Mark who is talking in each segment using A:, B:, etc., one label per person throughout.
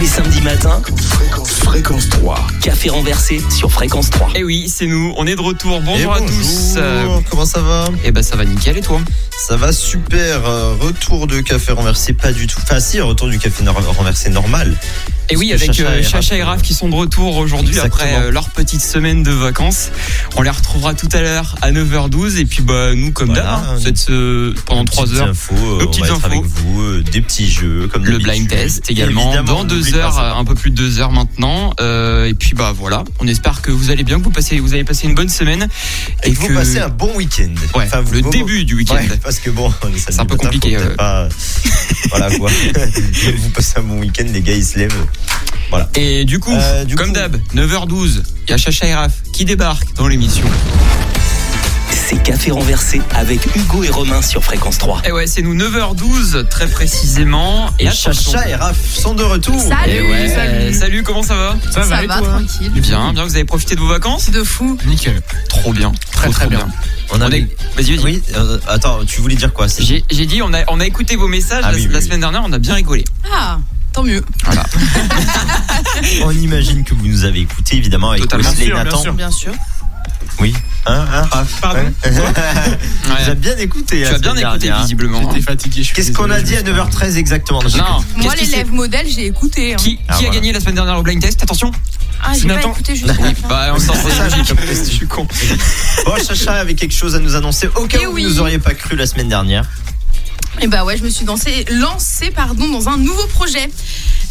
A: les samedis matins,
B: Fréquence, fréquence 3.
A: café renversé sur fréquence 3.
C: Et Eh oui, c'est nous, on est de retour. Bonjour, à tous.
D: Eh, Bonjour, Comment ça va
C: et bah ça va nickel et toi
D: Ça va super. euh, Retour de café renversé, pas du tout. Enfin, si, retour du café nor- renversé normal.
C: Et oui,
D: Parce
C: avec
D: que Chacha
C: euh,
D: et
C: Chacha et
D: Raph,
C: Raph qui sont de retour aujourd'hui
D: Exactement.
C: après euh, leur petite semaine de vacances. On les retrouvera tout à l'heure à 9h12 et puis bah nous comme
D: Voilà.
C: d'hab, hein, cette, euh, pendant 3
D: Petites
C: heures.
D: infos, euh,
C: Nos
D: on
C: petites
D: va être avec
C: infos.
D: vous, euh, des petits jeux comme
C: Le
D: d'habitude.
C: blind test également
D: Évidemment,
C: dans
D: on
C: deux
D: n'oublie
C: heures,
D: pas ça.
C: euh, un peu plus de deux heures maintenant. Euh, et puis bah voilà, on espère que vous allez bien, que vous passez, vous avez passé une bonne semaine
D: Et que vous
C: que-
D: passez un bon week-end.
C: ouais,
D: Enfin, vous-
C: le
D: vous-
C: début du week-end.
D: Ouais, parce que bon, c'est
C: un peu compliqué, euh. ouais.
D: Pas... voilà quoi. vous passez un bon week-end, les gars, ils se lèvent.
C: Et du coup,
D: Euh, du
C: comme
D: coup-
C: d'hab, 9h12, il y a Chacha et Raph qui débarquent dans l'émission.
A: C'est café renversé avec Hugo et Romain sur fréquence 3.
C: Et Eh ouais, c'est nous 9h12 très précisément. Et attention.
D: Chacha et Raph sont de retour.
E: Salut,
C: Eh ouais,
E: salut.
C: salut, comment ça va
E: Ça, va, tranquille.
C: Bien, bien, vous avez profité de vos vacances
E: De fou.
C: Nickel. Trop bien. Très
D: très bien. On a
C: On est- Vas-y, vas-y.
D: Oui, euh, attends, tu voulais dire quoi c'est-
C: J'ai j'ai dit, on a, on a écouté vos messages
D: Ah
C: la,
D: oui, oui,
C: la
D: oui.
C: semaine dernière, on a bien rigolé.
E: Ah, tant mieux.
D: On imagine que vous nous avez écouté évidemment avec
C: Totalement.
D: Wesley
F: Bien sûr,
D: et Nathan.
F: bien sûr.
E: Bien sûr.
D: Oui. Hein, hein, Raph
F: Pardon
D: Hein
C: Ouais.
D: J'ai bien écouté.
C: Tu
D: la
C: as bien
D: semaine
C: écouté,
D: dernière.
C: visiblement.
F: J'étais fatigué. je suis
D: Qu'est-ce qu'on a dit
F: désolé,
D: à
F: je-
D: 9h13 exactement j'ai
C: Non,
E: Moi,
C: qu'est-ce qui
E: l'élève modèle, j'ai écouté. hein.
C: c'est- Qui, qui
D: Ah,
C: a
D: voilà.
C: gagné la semaine dernière au blind test Attention
E: Ah, j'ai pas
C: Nathan.
E: écouté juste la fin.
C: Bah, on s'en
D: C'est ça, j'ai compris.
C: Je suis con.
D: Bon, Chacha avait quelque chose à nous annoncer au cas
E: Eh
D: où
E: oui.
D: vous nous auriez pas cru la semaine dernière.
E: Et bah ouais, je me suis dansée, lancée pardon, dans un nouveau projet.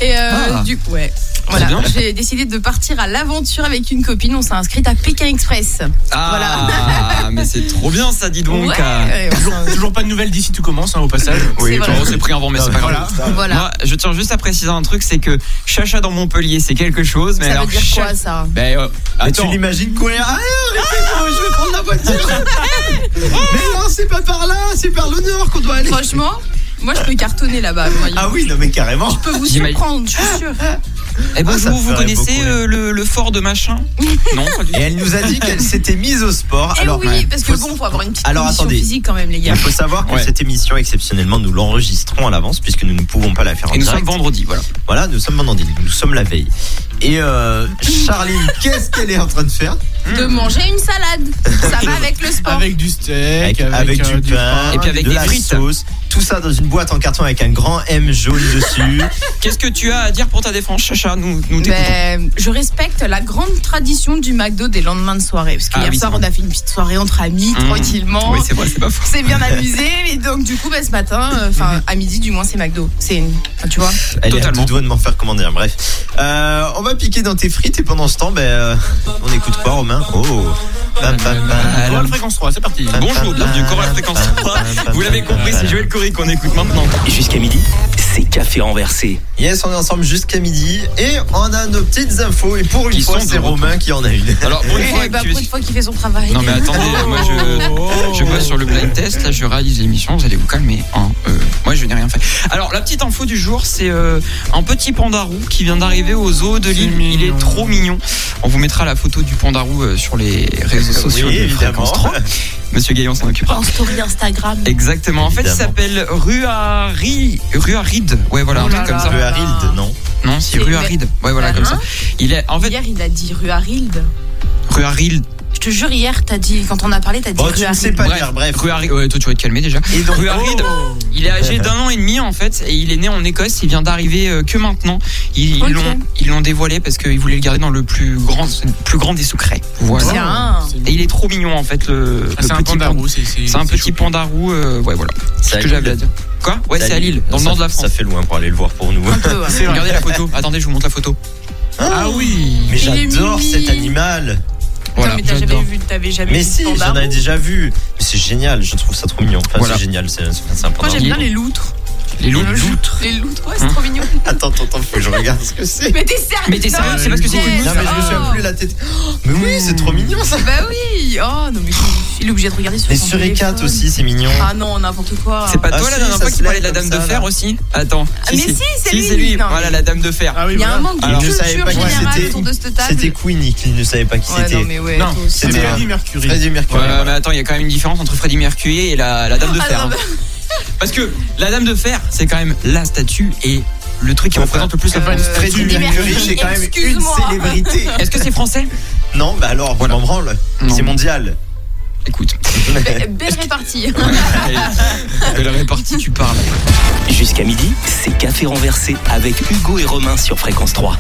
E: Et euh,
C: Ah.
E: du coup, ouais. Voilà,
C: bien.
E: j'ai décidé de partir à l'aventure avec une copine. On s'est inscrite à Pékin Express.
C: Ah, mais c'est trop bien ça, dis donc.
E: ouais,
C: Ah.
E: euh,
F: Toujours, toujours pas de nouvelles d'ici tu commences hein, au passage.
E: C'est vrai.
C: Bon, c'est Euh, pris avant, mais c'est pas grave.
F: Voilà.
E: voilà.
C: Moi, je tiens juste à préciser un truc, c'est que Chacha dans Montpellier, c'est quelque chose, mais
E: ça
C: alors
E: veut dire
C: Chacha-
E: quoi ça
C: Ben, euh,
D: Mais tu
C: attends,
D: l'imagines courir Ah, arrêtez-moi, je vais prendre la voiture. mais non, c'est pas par là, c'est par le nord qu'on doit aller.
E: Franchement, moi je peux cartonner là-bas. voyons.
D: Ah oui, non mais carrément.
E: Je peux vous
C: J'imagine-
E: surprendre, je suis sûre.
C: eh bonjour,
D: ça
C: vous
D: ferait
C: connaissez
D: beaucoup,
C: euh, le, le fort de machin Non, pas du tout.
D: Et elle nous a dit qu'elle s'était mise au sport.
E: Eh
D: Alors,
E: oui, parce que bon, faut avoir une petite
D: Alors,
E: condition
D: attendez.
E: physique quand même, les gars.
D: Il faut savoir que
C: Ouais.
D: cette émission, exceptionnellement, nous l'enregistrons à l'avance puisque nous ne pouvons pas la faire en
C: Et nous sommes
D: direct.
C: vendredi, voilà.
D: Voilà, nous sommes vendredi, nous sommes la veille. Et euh, Charlie, qu'est-ce qu'elle est en train de faire
E: de
C: Hmm.
E: manger une salade. Ça va avec le sport.
F: Avec du steak, avec,
D: avec
F: euh,
D: du pain,
C: Et puis avec
D: de
C: des
D: la
C: frites.
D: sauce, tout ça dans une boîte en carton avec un grand M jaune dessus.
C: Qu'est-ce que tu as à dire pour ta défense, Chacha Nous, nous t'écoutons.
E: Ben, je respecte la grande tradition du McDo des lendemains de soirée. Parce
C: Ah
E: qu'hier
C: oui,
E: soir,
C: c'est
E: on a fait une petite soirée entre amis,
C: Mmh.
E: tranquillement.
C: Oui, c'est vrai, c'est pas faux.
E: c'est bien amusé. Et donc, du coup, ben, ce matin, enfin, à midi, du moins, c'est McDo. C'est une- enfin, tu vois
D: Elle est à
C: Totalement.
D: deux doigts de m'en faire commander. un. Bref, Euh, on va piquer dans tes frites et pendant ce temps, ben, euh, on écoute quoi, Romain Oh, Pam, pam, pam.
F: Voilà, fréquence 3, c'est parti.
C: Bonjour, bienvenue, Cora Fréquence 3. Vous l'avez compris, c'est Joël Corry qu'on écoute maintenant.
A: Jusqu'à midi, c'est café renversé.
D: Yes, on est ensemble jusqu'à midi et on a nos petites infos. Et pour une
C: Qui
D: fois,
C: sont de
D: c'est
C: retour.
D: Romain qui en a une.
C: Alors, pour une
E: Eh
C: fois
E: ben,
C: que
E: Pour une
C: tu
E: fois qu'il fait son travail.
C: Non, mais attendez, moi
E: Oh.
C: je. Je bosse sur le blind test, là je réalise l'émission, vous allez vous calmer. hein. Euh, moi je n'ai rien fait. Alors la petite info du jour, c'est euh, un petit pandarou qui vient d'arriver aux zoo de
F: C'est
C: Lille. Il est
F: mignon.
C: trop mignon. On vous mettra la photo du pandarou euh, sur les réseaux sociaux
D: Oui,
C: de
D: évidemment.
C: Fréquence 3. Monsieur Gaillon s'en occupera.
E: En story Instagram.
C: Exactement. En fait, il
D: Évidemment.
C: s'appelle Ruari, Ruarid. Ouais, voilà, un
E: Oh là
C: truc comme
E: là.
C: ça.
D: Le Harold, non
C: Non, c'est
E: C'est-
C: Ruarid. Ouais, voilà,
E: Bah,
C: comme ça.
E: hein
C: Il est, en fait,
E: Hier, il a dit rue Harold.
C: Ruarid.
E: Je te jure, hier, t'as dit, quand on a parlé,
C: Oh,
E: t'as dit
D: Bon,
E: rue
D: tu ne
E: Harold.
D: sais pas dire, bref.
C: Ruarid. Ouais, toi tu vas te calmer déjà.
D: Et donc, oh
C: Ruarid. Il est âgé d'un an et demi en fait et il est né en Écosse. Il vient d'arriver euh, que maintenant. Ils ils
E: Ok.
C: l'ont ils l'ont dévoilé parce qu'ils voulaient le garder dans le plus grand le plus grand des secrets. Voilà.
E: Tiens.
C: Et il est trop mignon en fait le,
D: Ah,
C: le
F: C'est un
C: petit
F: pandarou,
C: pan-
F: c'est
C: C'est un petit pandarou. euh, ouais voilà.
D: C'est
C: C'est
D: à
C: ce que j'avais à
D: Lille.
C: dire. Quoi Ouais c'est à Lille, dans le
D: Ça-
C: nord de la
D: Ça
C: France.
D: fait loin pour aller le voir pour nous.
E: Un peu, ouais.
C: Regardez la photo. Attendez, je vous montre la photo.
F: Ah oui.
D: Mais
E: Il est
D: j'adore
E: mimi.
D: cet animal.
C: Voilà.
E: non, mais t'as
C: j'adore.
E: jamais vu, t'avais jamais
D: Mais
E: vu
D: si,
E: le
D: j'en
E: pandarou.
D: avais déjà vu. Mais c'est génial, je trouve ça trop mignon. Enfin,
C: Voilà.
D: c'est génial, c'est c'est- c'est un
E: Moi, j'aime
D: pandarou.
E: bien les loutres.
C: Les loups.
E: Les loutres, ouais, c'est trop mignon.
D: Attends, attends, attends, faut que je regarde ce que c'est.
E: Mais t'es sérieux
C: Mais t'es sérieux
E: Non,
C: C'est parce que c'est une
E: mais-
D: Non, mais je me
E: Oh.
D: souviens plus la tête. Mais oui, c'est trop mignon ça.
E: Bah oui Oh non mais il est obligé de regarder sur
D: Les
E: son
D: suricates
E: téléphone.
D: aussi, c'est mignon.
E: Ah non, n'importe quoi.
C: C'est pas
D: Ah
C: toi la
D: si,
C: dernière
D: ça
C: fois
D: se
C: qui parlait de la
D: lève
C: dame
D: comme
C: de
D: ça,
C: fer
D: là.
C: aussi Attends.
E: Ah, mais si, c'est lui. Non, mais-
C: Voilà la dame de fer.
F: Ah oui,
E: Il y a
F: voilà.
E: un manque de
D: Alors, je
E: culture
D: savais pas qui
E: générale
D: c'était.
E: autour de cette table.
D: C'était Queenie qui ne savait pas qui
E: Ouais, non
D: c'était.
E: mais ouais.
F: Non,
E: toi aussi.
F: c'est
D: C'était
F: Freddie Mercury.
D: Freddie Mercury.
C: Ouais,
D: voilà.
C: mais attends, il y a quand même une différence entre Freddie Mercury et la, la Dame de
E: Ah,
C: Fer.
E: non,
C: hein. Parce que la Dame de Fer, c'est quand même la statue et le truc qui
D: Enfin,
C: représente le plus la
E: euh,
C: planète.
E: Freddie
D: Freddie Mercury,
E: Mercury,
D: c'est quand même une
E: excuse-moi.
D: célébrité.
C: Est-ce que c'est français
D: Non, bah alors,
C: Voilà.
D: je m'en branle.
C: Non.
D: C'est mondial.
C: Écoute,
E: Be- Belle répartie. hein.
C: belle répartie, tu parles.
A: Jusqu'à midi, c'est café renversé avec Hugo et Romain sur fréquence 3.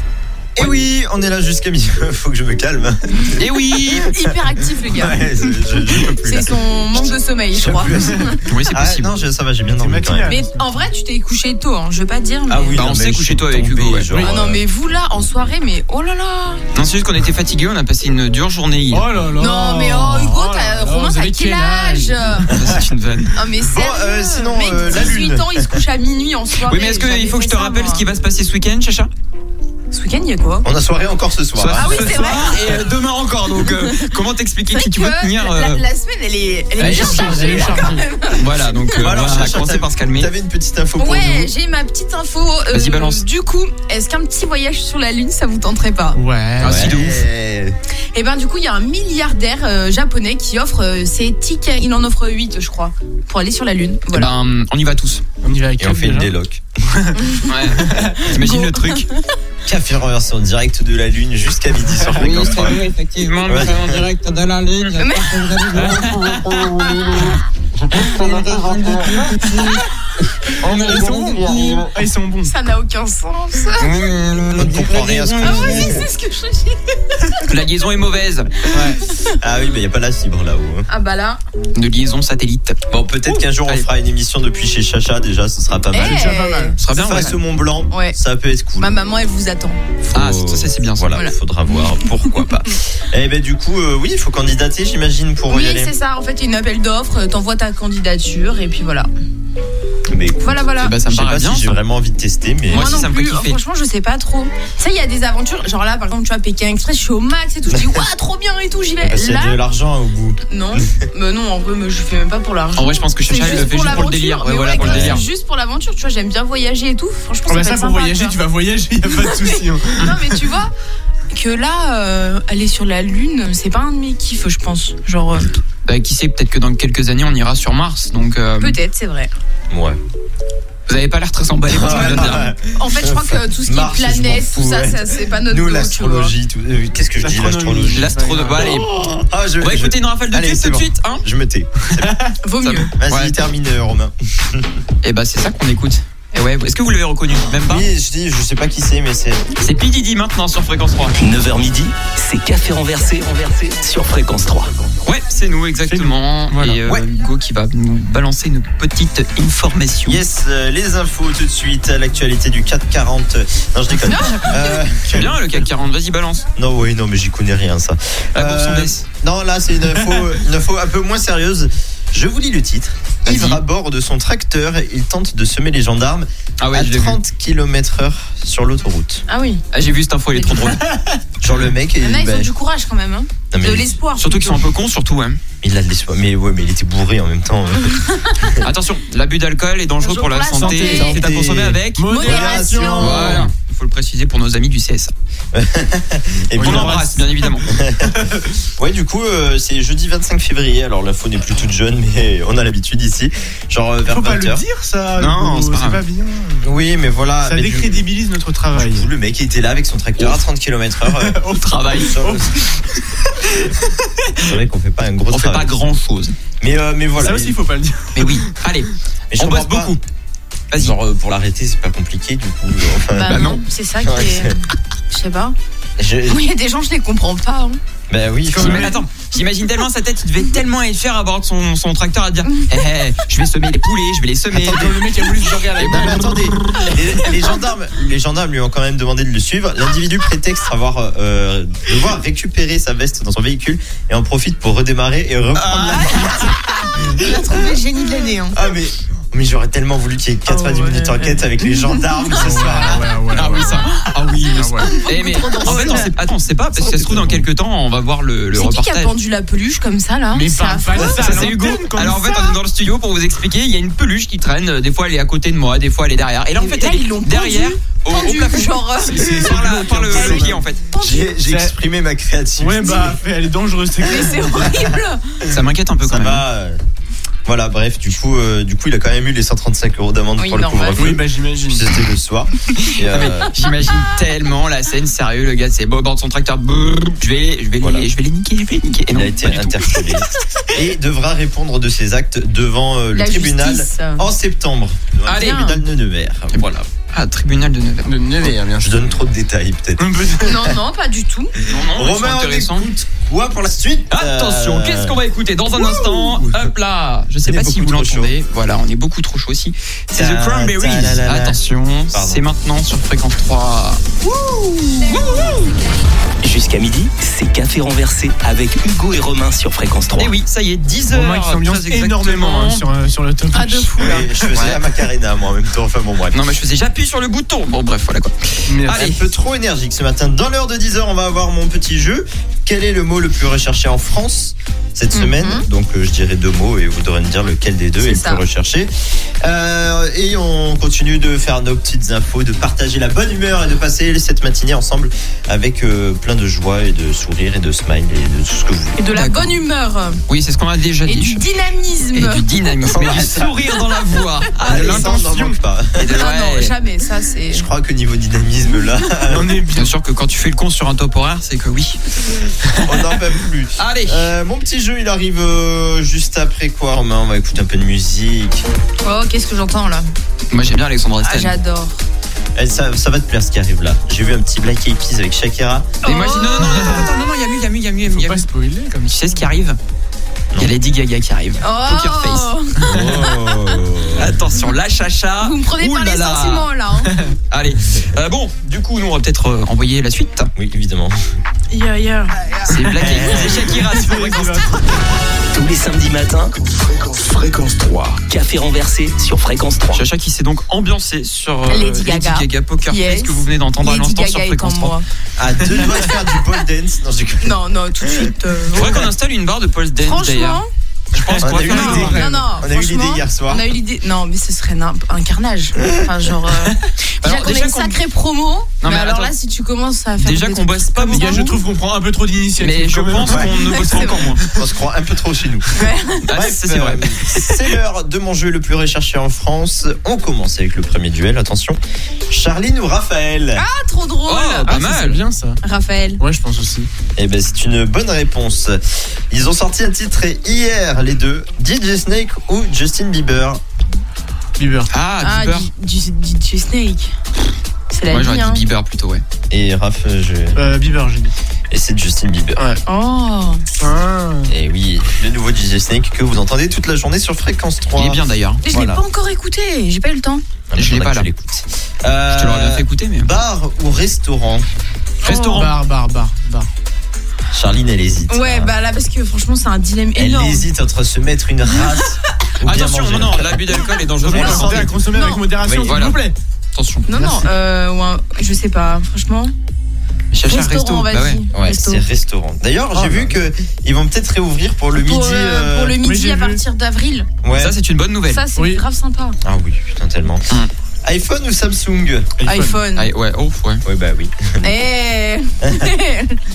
D: Et oui, on est là jusqu'à midi. Faut que je me calme.
C: Et Eh oui
E: Hyper actif, le gars.
D: Ouais, je, je- je peux plus. là.
E: C'est son manque de sommeil, je crois.
C: Oui, c'est
D: Ah,
C: possible.
D: non, je- ça va, j'ai bien dormi. quand
F: matinal.
D: même.
E: Mais en vrai, tu t'es couché tôt, hein, je veux pas dire. Mais...
D: Ah oui,
C: Bah,
D: non,
C: on
D: mais
C: sait
D: je
C: coucher
D: suis
C: toi avec
D: tombé,
C: Hugo, ouais.
D: genre,
E: Ah non,
D: euh,
E: mais vous là, en soirée, mais oh là là.
C: Non, c'est juste qu'on était fatigués, on a passé une dure journée hier.
F: Oh là là.
E: Non, mais oh, Hugo,
F: Oh là
E: t'as,
F: là,
E: Romain,
F: vous
E: t'as
F: avez
E: quel, âge
C: Ça, c'est une vanne.
E: Ah, mais sérieux
D: euh, sinon,
E: Mec,
D: euh, la
E: 18
D: lune.
E: ans, il se couche à minuit en soirée.
C: Oui, mais est-ce qu'il
E: J'avais
C: faut que je
E: fait
C: te
E: ça,
C: rappelle
E: moi.
C: ce qui va se passer ce week-end, Chacha
E: Ce week-end, il y a quoi
D: On a soirée encore ce soir.
E: Ah oui,
C: ce
E: c'est
C: soir et euh, demain encore. Donc, euh, comment t'expliquer
E: C'est
C: qui tu
E: que
C: veux tenir euh,
E: la, la semaine, elle est, elle est
C: Elle est
E: bien
C: chargée,
E: chargée.
F: elle est
E: là,
F: chargée.
E: quand même.
C: Voilà, donc euh,
D: Bon,
C: voilà,
D: alors,
C: on va
D: Sacha,
C: commencer
D: t'as-
C: par se calmer.
D: T'avais une petite info pour
E: Ouais,
D: nous.
E: j'ai ma petite info. euh,
C: Vas-y, balance.
E: Du coup, est-ce qu'un petit voyage sur la Lune, ça vous tenterait pas
F: Ouais.
C: Ah, si, de ouf.
D: Eh,
E: Et ben du coup, il y a un milliardaire euh, japonais qui offre euh, ses tickets. Il en offre 8, je crois, pour aller sur la Lune.
C: Eh
E: Voilà.
C: ben, on y va tous.
F: On y va avec
D: Et on
F: elle,
D: fait une
F: déjà.
D: déloc.
C: Ouais. T'imagines
E: Go.
C: le truc
D: Café renversé en direct de la Lune jusqu'à midi sur Fréquence 3.
C: effectivement,
D: nous Ouais.
C: en direct de la ligne.
E: Mais-
C: Ah,
F: Ils sont bons. Ah, ils sont
C: Eh
F: bons.
C: ben.
E: Ça n'a aucun sens.
D: Ah, On ne comprend rien à ce
E: Ah ouais, mais
D: qu'on dit.
E: c'est ce que je dis.
C: La liaison est mauvaise.
D: Ah oui, mais il n'y a pas la fibre là-haut. hein.
E: Ah bah là.
C: De liaison satellite. Oh,
D: Bon, peut-être qu'un jour on
C: Allez.
D: fera une émission depuis chez Chacha déjà, ce sera pas
C: Bah,
D: mal.
E: Eh.
F: pas mal.
C: Ce sera bien, ouais.
D: Face au Mont Blanc,
E: Ouais.
D: ça peut être cool.
E: Ma maman, elle vous attend.
C: Ah, ça, ça, c'est bien, ça.
D: Voilà,
E: Voilà.
D: faudra voir pourquoi pas. Et ben du coup, euh, oui, il faut candidater, j'imagine, pour
E: Oui,
D: y aller.
E: c'est ça. En fait, il y a une appel d'offres. euh, T'envoies ta candidature et puis voilà.
D: Mais écoute,
E: Voilà, voilà.
C: Eh ben, ça
D: je
C: me
D: sais
C: paraît
D: pas
C: bien.
D: si j'ai
C: ça.
D: vraiment envie de tester, mais
C: Moi aussi,
E: non
C: ça me fait
E: plus,
C: kiffer.
E: franchement, je sais pas trop. Ça, il y a des aventures. Genre là, par exemple, tu vois, Pékin Express, je suis au max et tout. Je dis, waouh, trop bien et tout, j'y
C: Bah,
E: vais.
D: parce qu'il y a
E: Là,
D: de l'argent au bout.
E: non. Mais non, en vrai, mais je fais même pas pour l'argent.
C: En vrai, je pense que
E: C'est
C: Chacha, elle le fait juste pour le
E: l'aventure.
C: délire. Ouais,
E: Mais
C: voilà, pour le
E: quand
C: délire. Oh,
E: c'est Juste pour l'aventure, tu vois, j'aime bien voyager et tout. Franchement,
F: Ah bah
E: ça,
F: ça,
E: peut
F: pour
E: être sympa,
F: voyager,
E: tu
F: tu vas voyager, y a pas de souci. hein.
E: vois. Non, mais tu vois. Que là, euh, aller sur la Lune, c'est pas un de mes kiffs, je pense. Genre, euh,
C: Bah, qui sait, peut-être que dans quelques années, on ira sur Mars. Donc, euh,
E: peut-être, c'est vrai.
D: Ouais.
C: vous avez pas l'air très emballé par ce que je viens de dire.
E: En fait, je crois que tout ce qui
D: Mars,
E: est planète,
D: je m'en
E: tout
D: fous,
E: ça,
D: ouais.
E: ça, c'est pas notre
D: Nous,
E: goût, tu vois.
D: l'astrologie, tout. euh, Qu'est-ce que je dis, l'astrologie
C: L'astro de balle.
D: Ah, je,
C: On va
D: je-
C: écouter une rafale de
D: Allez,
C: tube
D: c'est
C: tout de
D: bon.
C: suite, hein
D: je me tais.
E: Vaut
C: Ça-
E: mieux.
D: Vas-y,
C: Ouais.
D: termine, euh, Romain.
C: Et bah, c'est ça qu'on écoute. Et ouais, est-ce que vous l'avez reconnu Même pas
D: Oui, je dis, je sais pas qui c'est, mais c'est.
C: C'est P. Diddy maintenant sur Fréquence 3.
A: 9h midi, c'est café renversé, renversé sur fréquence 3.
C: Ouais, c'est nous, exactement.
F: Voilà.
C: Et euh,
D: Ouais.
C: Hugo qui va nous balancer une petite information.
D: Yes, euh, les infos tout de suite, l'actualité du 440. Non, je déconne. Euh,
C: C'est bien le CAC 40, vas-y, balance.
D: non, oui, non, mais j'y connais rien, ça.
C: La bourse en
D: Euh,
C: baisse.
D: Non, là, c'est une info, une info un peu moins sérieuse. Je vous lis le titre.
C: Vas-y.
D: Ivre à bord de son tracteur, il tente de semer les gendarmes
C: Ah ouais,
D: à
C: je l'ai vu.
D: 30 km/h sur l'autoroute.
E: Ah oui.
C: Ah, j'ai vu cette info, elle est trop drôle.
D: Genre le mec,
C: Eh
E: Il y en a,
D: il,
E: Ah, ils
D: bah,
E: ont du courage quand même. Hein.
D: non, mais
E: de
D: il-
E: l'espoir.
C: ben. Surtout qu'ils sont un peu cons, surtout, hein.
D: il a de l'espoir. Mais ouais, mais il était bourré en même temps. hein.
C: Attention, l'abus d'alcool est dangereux pour la santé.
E: santé.
C: C'est à consommer avec.
E: Modération.
C: Voilà, il faut le préciser pour nos amis du CS.
D: Et
C: On
D: puis,
C: embrasse, bien évidemment.
D: ouais, du coup, euh, c'est jeudi 25 février. Alors l'info n'est plus toute jeune, mais on a l'habitude ici. Genre euh, vers
F: Faut pas le
D: 20h.
F: dire, ça.
C: Non,
F: Hugo,
C: c'est pas
F: c'est
C: grave.
F: pas bien.
D: Oui, mais voilà.
C: Ah,
F: Ça
D: mais du-
F: décrédibilise notre travail.
D: du coup, le mec il était là avec son tracteur à 30 km/h.
F: Au
C: travail.
D: C'est vrai qu'on fait pas un gros
C: On fait pas
D: travail.
C: grand chose.
D: Mais, euh, mais voilà.
F: Ça aussi, faut pas le dire.
C: Mais oui, allez,
D: Mais je
C: on bosse
D: comprends pas.
C: beaucoup. Vas-y.
D: Genre euh, pour l'arrêter, c'est pas compliqué du coup. euh, enfin,
E: Bah,
C: Bah non.
E: non, c'est ça
D: Ouais,
E: qui est.
D: c'est-
E: Je sais pas.
D: je-
E: Oui, il y a des gens, je les comprends pas. hein.
D: bah oui.
F: Quand
D: c'est-
F: même.
C: J'imagine- Attends, j'imagine tellement sa tête, il devait tellement être fier à bord de son, son tracteur à dire Eh, eh, je vais semer les poulets, je vais les semer. Eh, le mec a voulu se regarder.
D: Non, Eh ben, mais attendez, les, les gendarmes, les gendarmes lui ont quand même demandé de le suivre. L'individu prétexte avoir euh, devoir récupérer sa veste dans son véhicule et en profite pour redémarrer et reprendre. la...
E: Il a trouvé le génie de l'année. hein.
D: Ah mais mais j'aurais tellement voulu qu'il y ait 90
F: Ah ouais.
D: minutes d'enquête avec les gendarmes ce soir.
C: Ah oui, ça. Ah oui, mais ça. Eh, mais en fait, on sait, attends, on sait pas, parce que ça se trouve, dans quelques temps, on va voir le, le
E: C'est qui qui a
C: reportage.
E: pendu la peluche comme ça là
F: Mais
E: C'est
F: pas,
E: affreux.
F: pas ça,
C: Ça, c'est Hugo. Alors, en fait, on est dans le studio pour vous expliquer. Il y a une peluche qui traîne. euh, Des fois, elle est à côté de moi, des fois, elle est derrière. Et là, en
E: Mais
C: fait,
E: là,
C: elle
E: ils
C: est
E: l'ont
C: derrière,
E: pendue,
C: au, au
E: Pendu,
C: plafond.
E: genre. euh,
C: Par, la- par le, le pied, en fait.
E: pendu.
D: J'ai j'ai exprimé ma créativité.
F: bah, Ouais, bah, elle est dangereuse, c'est
E: Mais c'est horrible
C: Ça m'inquiète un peu
D: ça
C: quand même.
D: va. euh, Voilà, bref, du coup, euh, du coup, il a quand même eu les 135 euros d'amende
E: Oui,
D: pour le
E: normal. Ah,
D: couvre-feu.
F: Oui, bah j'imagine.
D: Puis C'était le soir. Et, euh,
C: J'imagine tellement la scène, sérieux, le gars, c'est bon, bande son tracteur, brrr, je vais, je vais,
D: Voilà.
C: les, je vais les niquer, je vais les niquer. Et
D: il
C: non,
D: a été
C: pas du tout.
D: interpellé et devra répondre de ses actes devant euh, le
E: La
D: tribunal
E: justice.
C: Oh,
E: Ah,
D: en septembre. Devant le
C: Allez.
D: tribunal de Nevers. Voilà.
C: Ah, tribunal de Nevers.
F: De Nevers, hein, bien
D: Je
F: sûr.
D: donne trop de détails peut-être.
E: Non, non, pas du tout.
C: Non, non, mais
D: Romain,
C: c'est
D: on
C: intéressant.
D: Quoi pour la suite
C: Attention,
D: Euh,
C: qu'est-ce qu'on va écouter dans un instant Hop là Je sais
D: On est
C: pas si vous
D: beaucoup trop
C: l'entendez. Voilà, on est beaucoup trop chaud aussi. C'est
D: Ta-
C: The Cranberries.
D: ta- la- la- la.
C: Attention,
D: Pardon.
C: c'est maintenant sur fréquence 3.
A: Jusqu'à midi, c'est café renversé avec Hugo et Romain sur fréquence 3.
C: Et Eh oui, ça y est, 10 heures.
F: Romain qui s'ambiance
C: très exactement.
F: énormément hein, sur, euh, sur le top.
E: Ah, de fou, là.
D: oui, je faisais
C: Ouais.
D: la Macarena moi en même temps. Enfin bon bref.
C: Non, mais je faisais, j'appuie sur le bouton. Bon, bref, voilà quoi.
F: Merci.
C: Allez.
D: Un peu trop énergique ce matin. Dans l'heure de 10h, on va avoir mon petit jeu. Quel est le mot le plus recherché en France cette
C: Mhm.
D: semaine Donc euh, je dirais deux mots et vous devrez me dire lequel des deux est,
E: C'est
D: le
E: ça.
D: plus recherché. Euh, et on continue de faire nos petites infos, de partager la bonne humeur et de passer cette matinée ensemble avec euh, plein de joie et de sourire et de smile et de tout ce que vous voulez.
E: Et de la
C: D'accord.
E: bonne humeur.
C: Oui, c'est ce qu'on a déjà
E: Et du
C: dit. Et
E: dynamisme.
C: du dynamisme. Et du sourire dans la voix. Ah, de
D: Ça, on n'en
C: l'intention.
D: manque pas.
C: Et de-
E: Ah non,
C: ouais.
E: jamais, ça c'est.
D: Je crois que niveau dynamisme là,
F: On est bien.
C: Bien sûr que quand tu fais le con sur un top horaire, c'est que oui.
D: on n'en peut plus.
C: Allez
D: Euh, mon petit jeu, il arrive euh, juste après quoi Romain, on va écouter un peu de musique.
E: Oh, qu'est-ce que j'entends là
C: Moi j'aime bien Alexandre
E: Ah,
C: Astaire.
E: j'adore.
D: Eh, ça, ça va te plaire ce qui arrive là. J'ai vu un petit Black Eyed Peas avec Shakira.
C: Mais moi, j'ai- non, non, non,
E: Oh.
C: attends, attends, non, non, il y a mieux, il y a mieux, il y a mieux, il y
F: Faut
C: a
F: pas
C: mieux.
F: spoiler comme
C: Tu sais ce qui arrive Il y a Lady Gaga qui arrive. Poker face.
E: Oh
C: Attention, la chacha.
E: Vous me prenez
C: Ouh
E: par
C: là
E: les
C: là.
E: sentiments là. hein.
C: Allez, Euh, bon, du coup, nous on va peut-être euh, envoyer la suite.
D: oui, évidemment.
E: Yeah, yeah.
C: C'est Black Eyed Peas et Shakira sur Fréquence
F: ça.
A: Tous les samedis matins,
B: Fréquence, fréquence 3.
A: café renversé sur fréquence 3.
C: Chacha qui s'est donc ambiancée sur euh,
E: Lady Gaga.
C: Poker
E: Yes.
C: Face que vous venez d'entendre à
E: Lady
C: l'instant sur
E: Gaga est en
C: Fréquence 3.
E: moi.
D: À Ah, deux doigts de faire du pole dance. Non, j'ai
E: Non, non, tout de suite. euh,
C: Faudrait qu'on installe une hein. barre de Paul's Dance
E: Franchement,
C: d'ailleurs. Je pense
D: On
C: qu'on
D: a
C: va
D: eu
C: faire
D: l'idée.
C: un-
E: non, non.
D: On a eu l'idée
E: franchement,
D: hier soir.
E: On a eu l'idée. Non, mais ce serait un, un carnage. Enfin, genre. euh, Déjà
C: Alors,
E: qu'on a
C: déjà
E: une
C: qu'on-
E: sacrée promo. mais,
C: mais
E: alors
C: attends.
E: là, si tu commences à faire.
C: Déjà
E: des
C: qu'on
E: trucs
C: bosse pas
E: comme
F: Les gars,
E: ça,
F: je trouve qu'on prend un peu trop d'initiative.
C: Mais je
F: quand même.
C: pense
D: Ouais.
C: qu'on ne bosse
E: C'est
C: encore moins.
D: On se croit un peu trop chez nous.
C: Ah,
D: Bref,
C: ça, c'est vrai.
D: euh, c'est l'heure de mon jeu le plus recherché en France. On commence avec le premier duel. Attention, Charline ou Raphaël
E: Ah, trop drôle.
C: Oh,
F: Ah,
C: pas
F: ça, C'est
C: mal.
F: bien ça.
E: Raphaël.
F: Ouais, je pense aussi.
D: Eh ben, c'est une bonne réponse. Ils ont sorti un titre hier, les deux. DJ Snake ou Justin Bieber
F: Bieber.
C: Ah,
E: Ah,
C: Bieber.
E: du, du, du- du Snake. C'est la
C: Moi
E: vie.
C: j'aurais
E: Hein.
C: dit Bieber plutôt, ouais.
D: Et Raph, je...
F: Euh, Bieber, j'ai dit.
D: Et c'est Justin Bieber.
E: Oh.
F: Ah.
D: Et oui, le nouveau DJ Snake que vous entendez toute la journée sur Fréquence 3.
C: Il est bien d'ailleurs.
E: Mais Je
D: Voilà.
E: l'ai pas encore écouté. J'ai pas eu le temps.
D: Ah, mais
C: Je l'ai pas,
D: faudra que
C: là.
D: tu l'écoutes. Euh,
C: Je te l'aurais bien fait écouter, mais.
D: Bar ou restaurant
C: Restaurant.
F: Bar, bar, bar, bar.
D: Charline, elle hésite.
E: Ouais,
D: hein.
E: bah là, parce que franchement, c'est un dilemme
D: elle
E: énorme.
D: hésite entre se mettre une race ou bien
C: Attention,
D: manger.
C: non, non, l'abus d'alcool est dangereux.
F: Donc,
C: pour
D: Non.
C: la santé.
F: pensez à consommer
E: Non.
F: avec modération,
D: Oui,
F: s'il
C: voilà.
F: vous plaît.
C: Attention.
E: Non, non, euh, ouais, je sais pas, franchement.
C: Cherche un
E: Restaurant,
C: resto.
E: on va
C: Bah ouais.
E: dire.
D: Ouais,
E: Resto.
D: c'est restaurant. D'ailleurs, j'ai
F: Oh,
C: bah.
D: vu que ils vont peut-être réouvrir pour le
E: Pour,
D: midi.
E: euh, pour le
F: oui,
E: midi
F: j'ai
E: à
F: vu.
E: partir d'avril.
D: Ouais.
C: Ça, c'est une bonne nouvelle.
E: Ça, c'est
F: Oui.
E: grave sympa.
D: Ah oui, putain, tellement.
C: Hum.
D: iPhone ou Samsung
E: iPhone.
C: Ah, ouais, ouf, ouais.
D: Ouais, bah oui.
E: Eh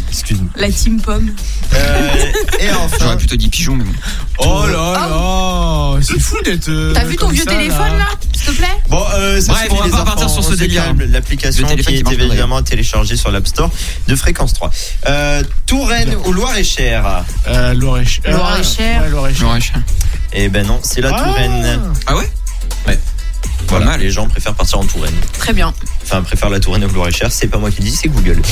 D: Excuse-moi.
E: La team pomme.
D: Euh, et
C: J'aurais euh.
D: enfin.
C: plutôt dit pigeon, mais bon.
F: Oh là là, c'est fou d'être. euh,
E: Ah T'as vu ton
F: comme
E: vieux
F: ça,
E: téléphone là S'il te plaît
D: Bon, euh, ça
C: Bref,
D: suffit,
C: on va
D: les
C: pas
D: enfants,
C: partir sur ce
D: on se
C: délire. hein.
D: calme. L'application
C: Le
D: qui
C: téléphone
D: est
C: qui marche pas,
D: évidemment téléchargée sur l'App Store de Fréquence 3. Euh, Touraine ou Loire-et-Cher
F: là. Euh, Loire-et-Cher.
E: Loire-et-Cher.
F: Ouais, Loire-et-Cher.
C: J'aurais chien.
D: Eh ben non, c'est la
F: Ah.
D: Touraine.
C: Ah ouais
D: Voilà,
C: Pas mal.
D: les gens préfèrent partir en Touraine.
E: Très bien.
D: Enfin, préfèrent la Touraine au Loire-et-Cher. C'est pas moi qui dis, c'est Google.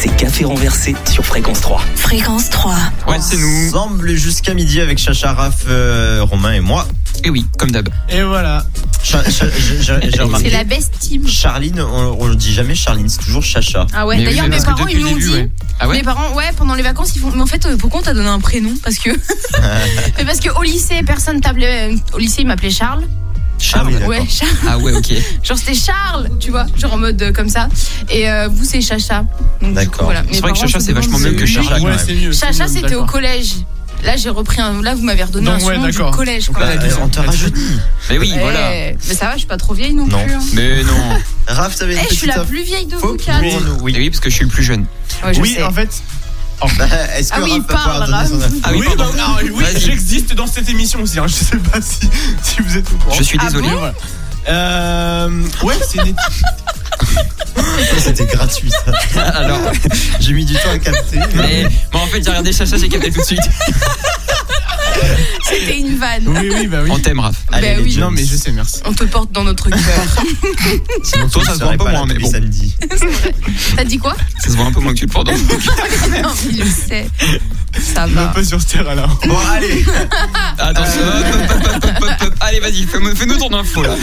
A: C'est café renversé sur fréquence 3.
G: Fréquence 3.
C: Ouais, c'est nous.
D: Ensemble jusqu'à midi avec Chacha, Raph, euh, Romain et moi.
C: Et Eh oui, comme d'hab.
F: Et voilà.
D: Cha- cha- j'ai- j'ai j'ai
E: C'est la
D: remarqué.
E: best team.
D: Charline, on, on dit jamais Charline, c'est toujours Chacha.
E: Ah ouais,
C: Mais oui,
E: d'ailleurs
C: mais
E: mes
C: parce que
E: parents
C: depuis
E: ils
C: le
E: l'ont
C: début,
E: dit.
C: ouais. Ah ouais
E: Mes parents, ouais, pendant les vacances, ils font. Mais en fait, euh, pourquoi on t'a donné un prénom Parce que. Mais parce que au lycée, personne t'appelait. euh, Au lycée, il m'appelait Charles.
D: Ah oui, d'accord.
E: Ouais, Charles.
C: Ah ouais, ok.
E: Genre c'était Charles, tu vois, genre en mode euh, comme ça. Et euh, vous c'est Chacha. Donc, du
D: D'accord.
E: coup, voilà.
C: C'est
E: Mes
C: vrai que
E: parents
C: Chacha,
E: se
C: c'est
E: demandent
C: vachement
E: si-
C: mieux que Charles.
D: Chacha, quand
F: Ouais,
D: même.
F: c'est mieux. c'est
E: Chacha
F: mieux,
E: c'était au
F: d'accord.
E: collège. Là j'ai repris un. Là vous m'avez redonné
F: Donc,
E: un
F: ouais,
E: surnom du
F: d'accord.
E: collège.
F: Donc
E: quoi.
F: là,
D: Bah,
F: elles
D: on t'a
F: sont-
D: rajeuni.
C: Mais oui,
E: Eh,
C: voilà.
E: Mais ça va, je suis pas trop vieille non,
D: Non.
E: plus. hein.
C: Mais non.
D: Raph, t'avais
E: Eh,
D: une
E: je suis
D: petite
E: la
D: info
E: plus vieille de vous
D: pour
E: quatre.
D: nous,
C: Et
D: oui. Bah,
C: oui, parce que je suis le plus jeune.
E: Ouais, je
F: Oui,
E: sais.
F: en fait,
D: Est-ce que
E: Ah
D: Raph
E: oui, il
D: va pouvoir
E: parle,
D: donner
E: Raph.
D: son avis
C: Ah oui,
F: oui,
C: pardon.
F: donc, ah, oui,
C: Vas-y.
F: j'existe dans cette émission aussi. hein. Je sais pas si, si vous êtes au courant.
C: Je suis
E: Ah
C: désolé.
E: bon
F: Euh, ouais, c'est une
D: C'était gratuit oh, ça.
E: Ah
C: Alors,
D: J'ai mis du temps à capter.
E: Bah
C: mais bon, en fait, j'ai regardé Chacha, j'ai capté tout de suite.
E: C'était une vanne.
F: Oui, oui, bah oui.
C: On t'aime, Raph.
D: Allez,
E: Bah
D: les
E: oui.
D: Jones.
F: Non, mais je sais, merci.
E: On te porte dans notre cœur.
D: Sinon,
C: Toi,
D: tu
C: ça se
D: serais
C: voit un peu
D: pas là
C: moins, mais
D: tous les
C: bon.
D: samedis.
E: T'as dit quoi
C: Ça se voit un peu moins que tu le prends. donc.
E: Non, il le sait. Ça
F: Je veux
E: va.
F: pas sur ce terrain-là.
D: Bon, allez.
C: Attention. hop, hop, hop, hop, hop, hop. Allez, vas-y, fais-moi- fais-nous ton info là.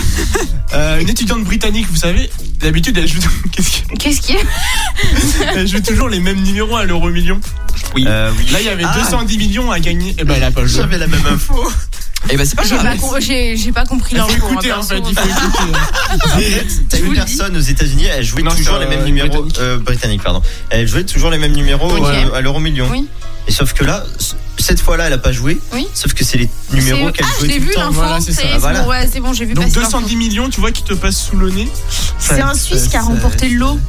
F: Euh, une étudiante britannique, vous savez, d'habitude, elle joue, qu'est-ce que-
E: Qu'est-ce qu'il y a
F: elle joue toujours les mêmes numéros à l'euro million.
D: Euh, oui.
F: Là, il y avait
D: Ah.
F: 210 millions à gagner. Et ben, elle a pas joué.
D: J'avais la même info.
C: Eh ben, c'est pas
E: J'ai
C: grave.
E: pas, com- j'ai- j'ai pas compris hein,
F: Il
E: leur
F: faut écouter, en fait. Il faut écouter. hein.
D: T'as
E: vous
D: une
E: le
D: personne aux États-Unis, elle jouait
F: Non,
D: toujours les
F: c'est, euh,
D: mêmes numéros.
F: britannique.
D: euh, britannique, pardon. Elle jouait toujours les mêmes numéros
E: Ok.
D: euh, à l'euro million.
E: Oui.
D: Et sauf que là, c- cette fois-là, elle a pas joué.
E: Oui.
D: Sauf que c'est les numéros qu'elle
E: Ah, je
D: jouait
E: l'ai
D: tout
E: vu
D: le temps.
E: l'info.
F: voilà, c'est
E: c'est
F: ça,
E: c'est
D: voilà.
E: bon, ouais, c'est bon, j'ai vu
F: Donc
E: passer l'info.
F: 210 millions, tu vois, qui te passent sous le nez.
E: C'est un Suisse qui a remporté l'eau,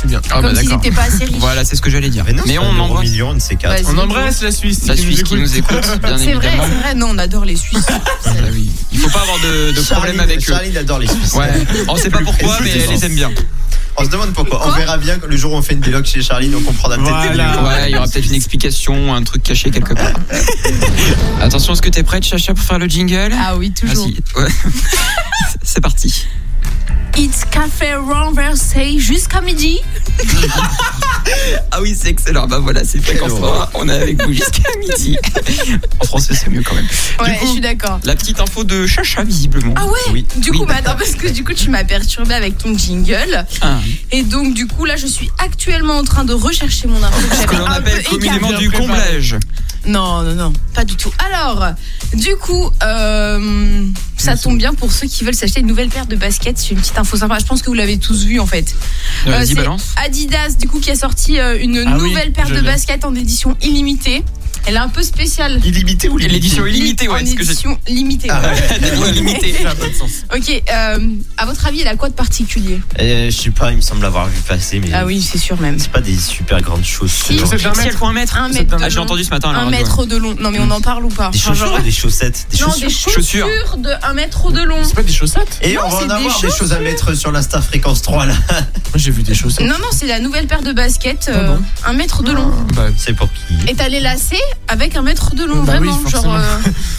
F: C'est bien.
C: Ah, bah,
E: comme s'ils
C: d'accord.
E: étaient pas assez riches.
C: Voilà, c'est ce que j'allais dire.
D: Mais, non,
C: Mais
D: c'est
C: on
D: un euro
C: embrasse
D: million, une de ces quatre.
E: Vas-y.
F: On embrasse la Suisse.
C: la
F: qui nous
C: Suisse qui
F: écoute.
C: nous écoute, bien
E: C'est vrai,
C: évidemment.
E: c'est vrai. Non, on adore les Suisses.
C: Ah oui. Il faut pas avoir de, de problème
D: Charline- euh,
C: avec eux.
D: Charline adore les Suisses.
C: Ouais, on sait pas pourquoi,
D: Plus
C: mais elle
D: défense.
C: les aime bien.
D: On se demande pourquoi. on
E: Quoi
D: verra bien le jour où on fait une déloc chez Charline, on comprendra peut-être.
F: Voilà. Ah.
C: Ouais, il y aura peut-être une explication, un truc caché quelque part. Attention, est-ce que t'es prête, Chacha, pour faire le jingle
E: Ah oui, toujours.
C: Vas-y. Ouais. C'est parti.
E: It's Café Renversé jusqu'à midi.
C: Ah oui, c'est excellent. Bah voilà, c'est fréquence
D: Quelle
C: 3. On est avec vous jusqu'à midi. En français, c'est mieux quand même.
E: Ouais,
C: coup-
E: je suis d'accord.
C: La petite info de Chacha, visiblement.
E: Ah ouais
D: Oui.
E: Du
C: Oui,
E: coup, bah, attends, parce que du coup, tu m'as perturbé avec ton jingle.
C: Ah.
E: Et donc, du coup, là, je suis actuellement en train de rechercher mon info. que
C: Ce que
E: j'avais
C: l'on
E: ben, un
C: appelle
E: peu écarté. Euh,
C: communément
F: bien
C: du
F: préparé.
C: comblage.
E: Non, non, non, pas du tout. Alors, du coup, euh, ça tombe bien pour ceux qui veulent s'acheter une nouvelle paire de baskets. C'est une petite info sympa. Je pense que vous l'avez tous vu en fait.
C: Euh,
E: Euh,
C: Vas-y,
E: c'est
C: balance.
E: Adidas, du coup, qui a sorti euh, une
F: Ah oui,
E: nouvelle paire
F: je
E: de
F: l'ai.
E: baskets en édition illimitée. Elle est un peu spéciale.
D: Illimité ou limité
C: L'édition illimitée, ouais,
E: En
C: ce que j'ai
E: édition limitée.
D: Ah, ouais.
C: illimitée.
F: Ça a pas de sens.
E: Ok, euh, à votre avis, elle a quoi de particulier
D: Euh, Je sais pas, il me semble l'avoir vu passer, mais.
E: Ah oui, c'est sûr même.
D: C'est pas des super grandes choses.
E: Si.
F: Vous êtes un
C: Si elle
F: mètre.
C: faut un mètre.
E: Un
F: c'est
E: mètre.
F: dingue.
E: de
C: Ah, j'ai
E: long.
C: entendu ce matin. à la
E: Un
C: radio.
E: mètre de long. Non, mais on en parle ou pas
D: Des
E: Enfin,
D: chaussures
E: genre-
D: ou des chaussettes Des
E: Non,
D: chaussures.
E: des
C: Chaussures.
E: chaussures de 1 mètre de long.
F: C'est pas des chaussettes
D: Et
E: Non,
D: on va
E: c'est
D: en
E: des
D: avoir des
E: chaussures.
D: choses à mettre sur l'Insta Fréquence 3 là.
F: Moi, j'ai vu des chaussettes.
E: Non, non, c'est la nouvelle paire de baskets,
F: Ah
E: euh,
F: bon
E: un mètre de long.
F: Bah,
D: C'est pour qui
E: Et t'as les lacets avec un mètre de long,
F: Bah oui,
E: vraiment. genre,
F: forcément.
E: euh,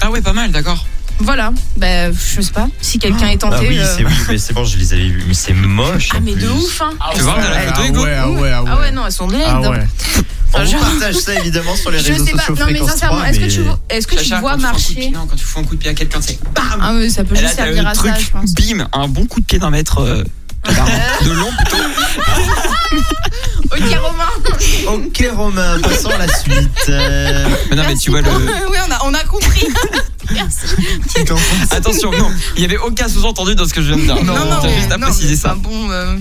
C: Ah ouais, pas mal, d'accord.
E: voilà. Bah, je sais pas. Si quelqu'un est tenté.
D: Ah oui,
E: euh,
D: c'est oui, mais c'est bon, je les avais vus, mais c'est moche.
E: Ah,
D: en
E: mais de
D: plus.
E: ouf, hein.
C: Tu vois, t'as la
F: Ah
C: photo, Hugo
F: ouais, ah ouais, ah ouais.
E: Ah ouais, non, elles sont
F: Ah
E: laides.
F: ouais.
D: On vous
E: Genre-
D: partage ça évidemment sur les
E: Je
D: réseaux
E: sais pas.
D: sociaux.
E: Non, mais
D: Fréquence
E: sincèrement,
D: 3,
E: est-ce que
D: mais-
E: tu vois, est-ce que tu
C: Chacha,
E: vois
C: quand tu fous un coup de
E: marcher
C: pied- non, quand tu fous un coup de pied à quelqu'un, c'est bam
E: Ah, mais ça peut
C: Elle
E: juste
C: a
E: servir
C: le
E: à ça, je
C: truc,
E: pense.
C: bim, un bon coup de pied d'un mètre euh, de long plutôt.
E: Ok, Romain.
D: Ok Romain, passons à la suite. Euh,
C: Mais non, mais
E: Merci
C: tu vois
E: pour-
C: le.
E: Oui, on a, on a compris. Merci.
C: Attention, non, il n'y avait aucun sous-entendu dans ce que je viens de dire. T'as
E: mais-
C: juste à
E: non,
C: préciser
E: mais
C: ça.
E: enfin, Bon, euh,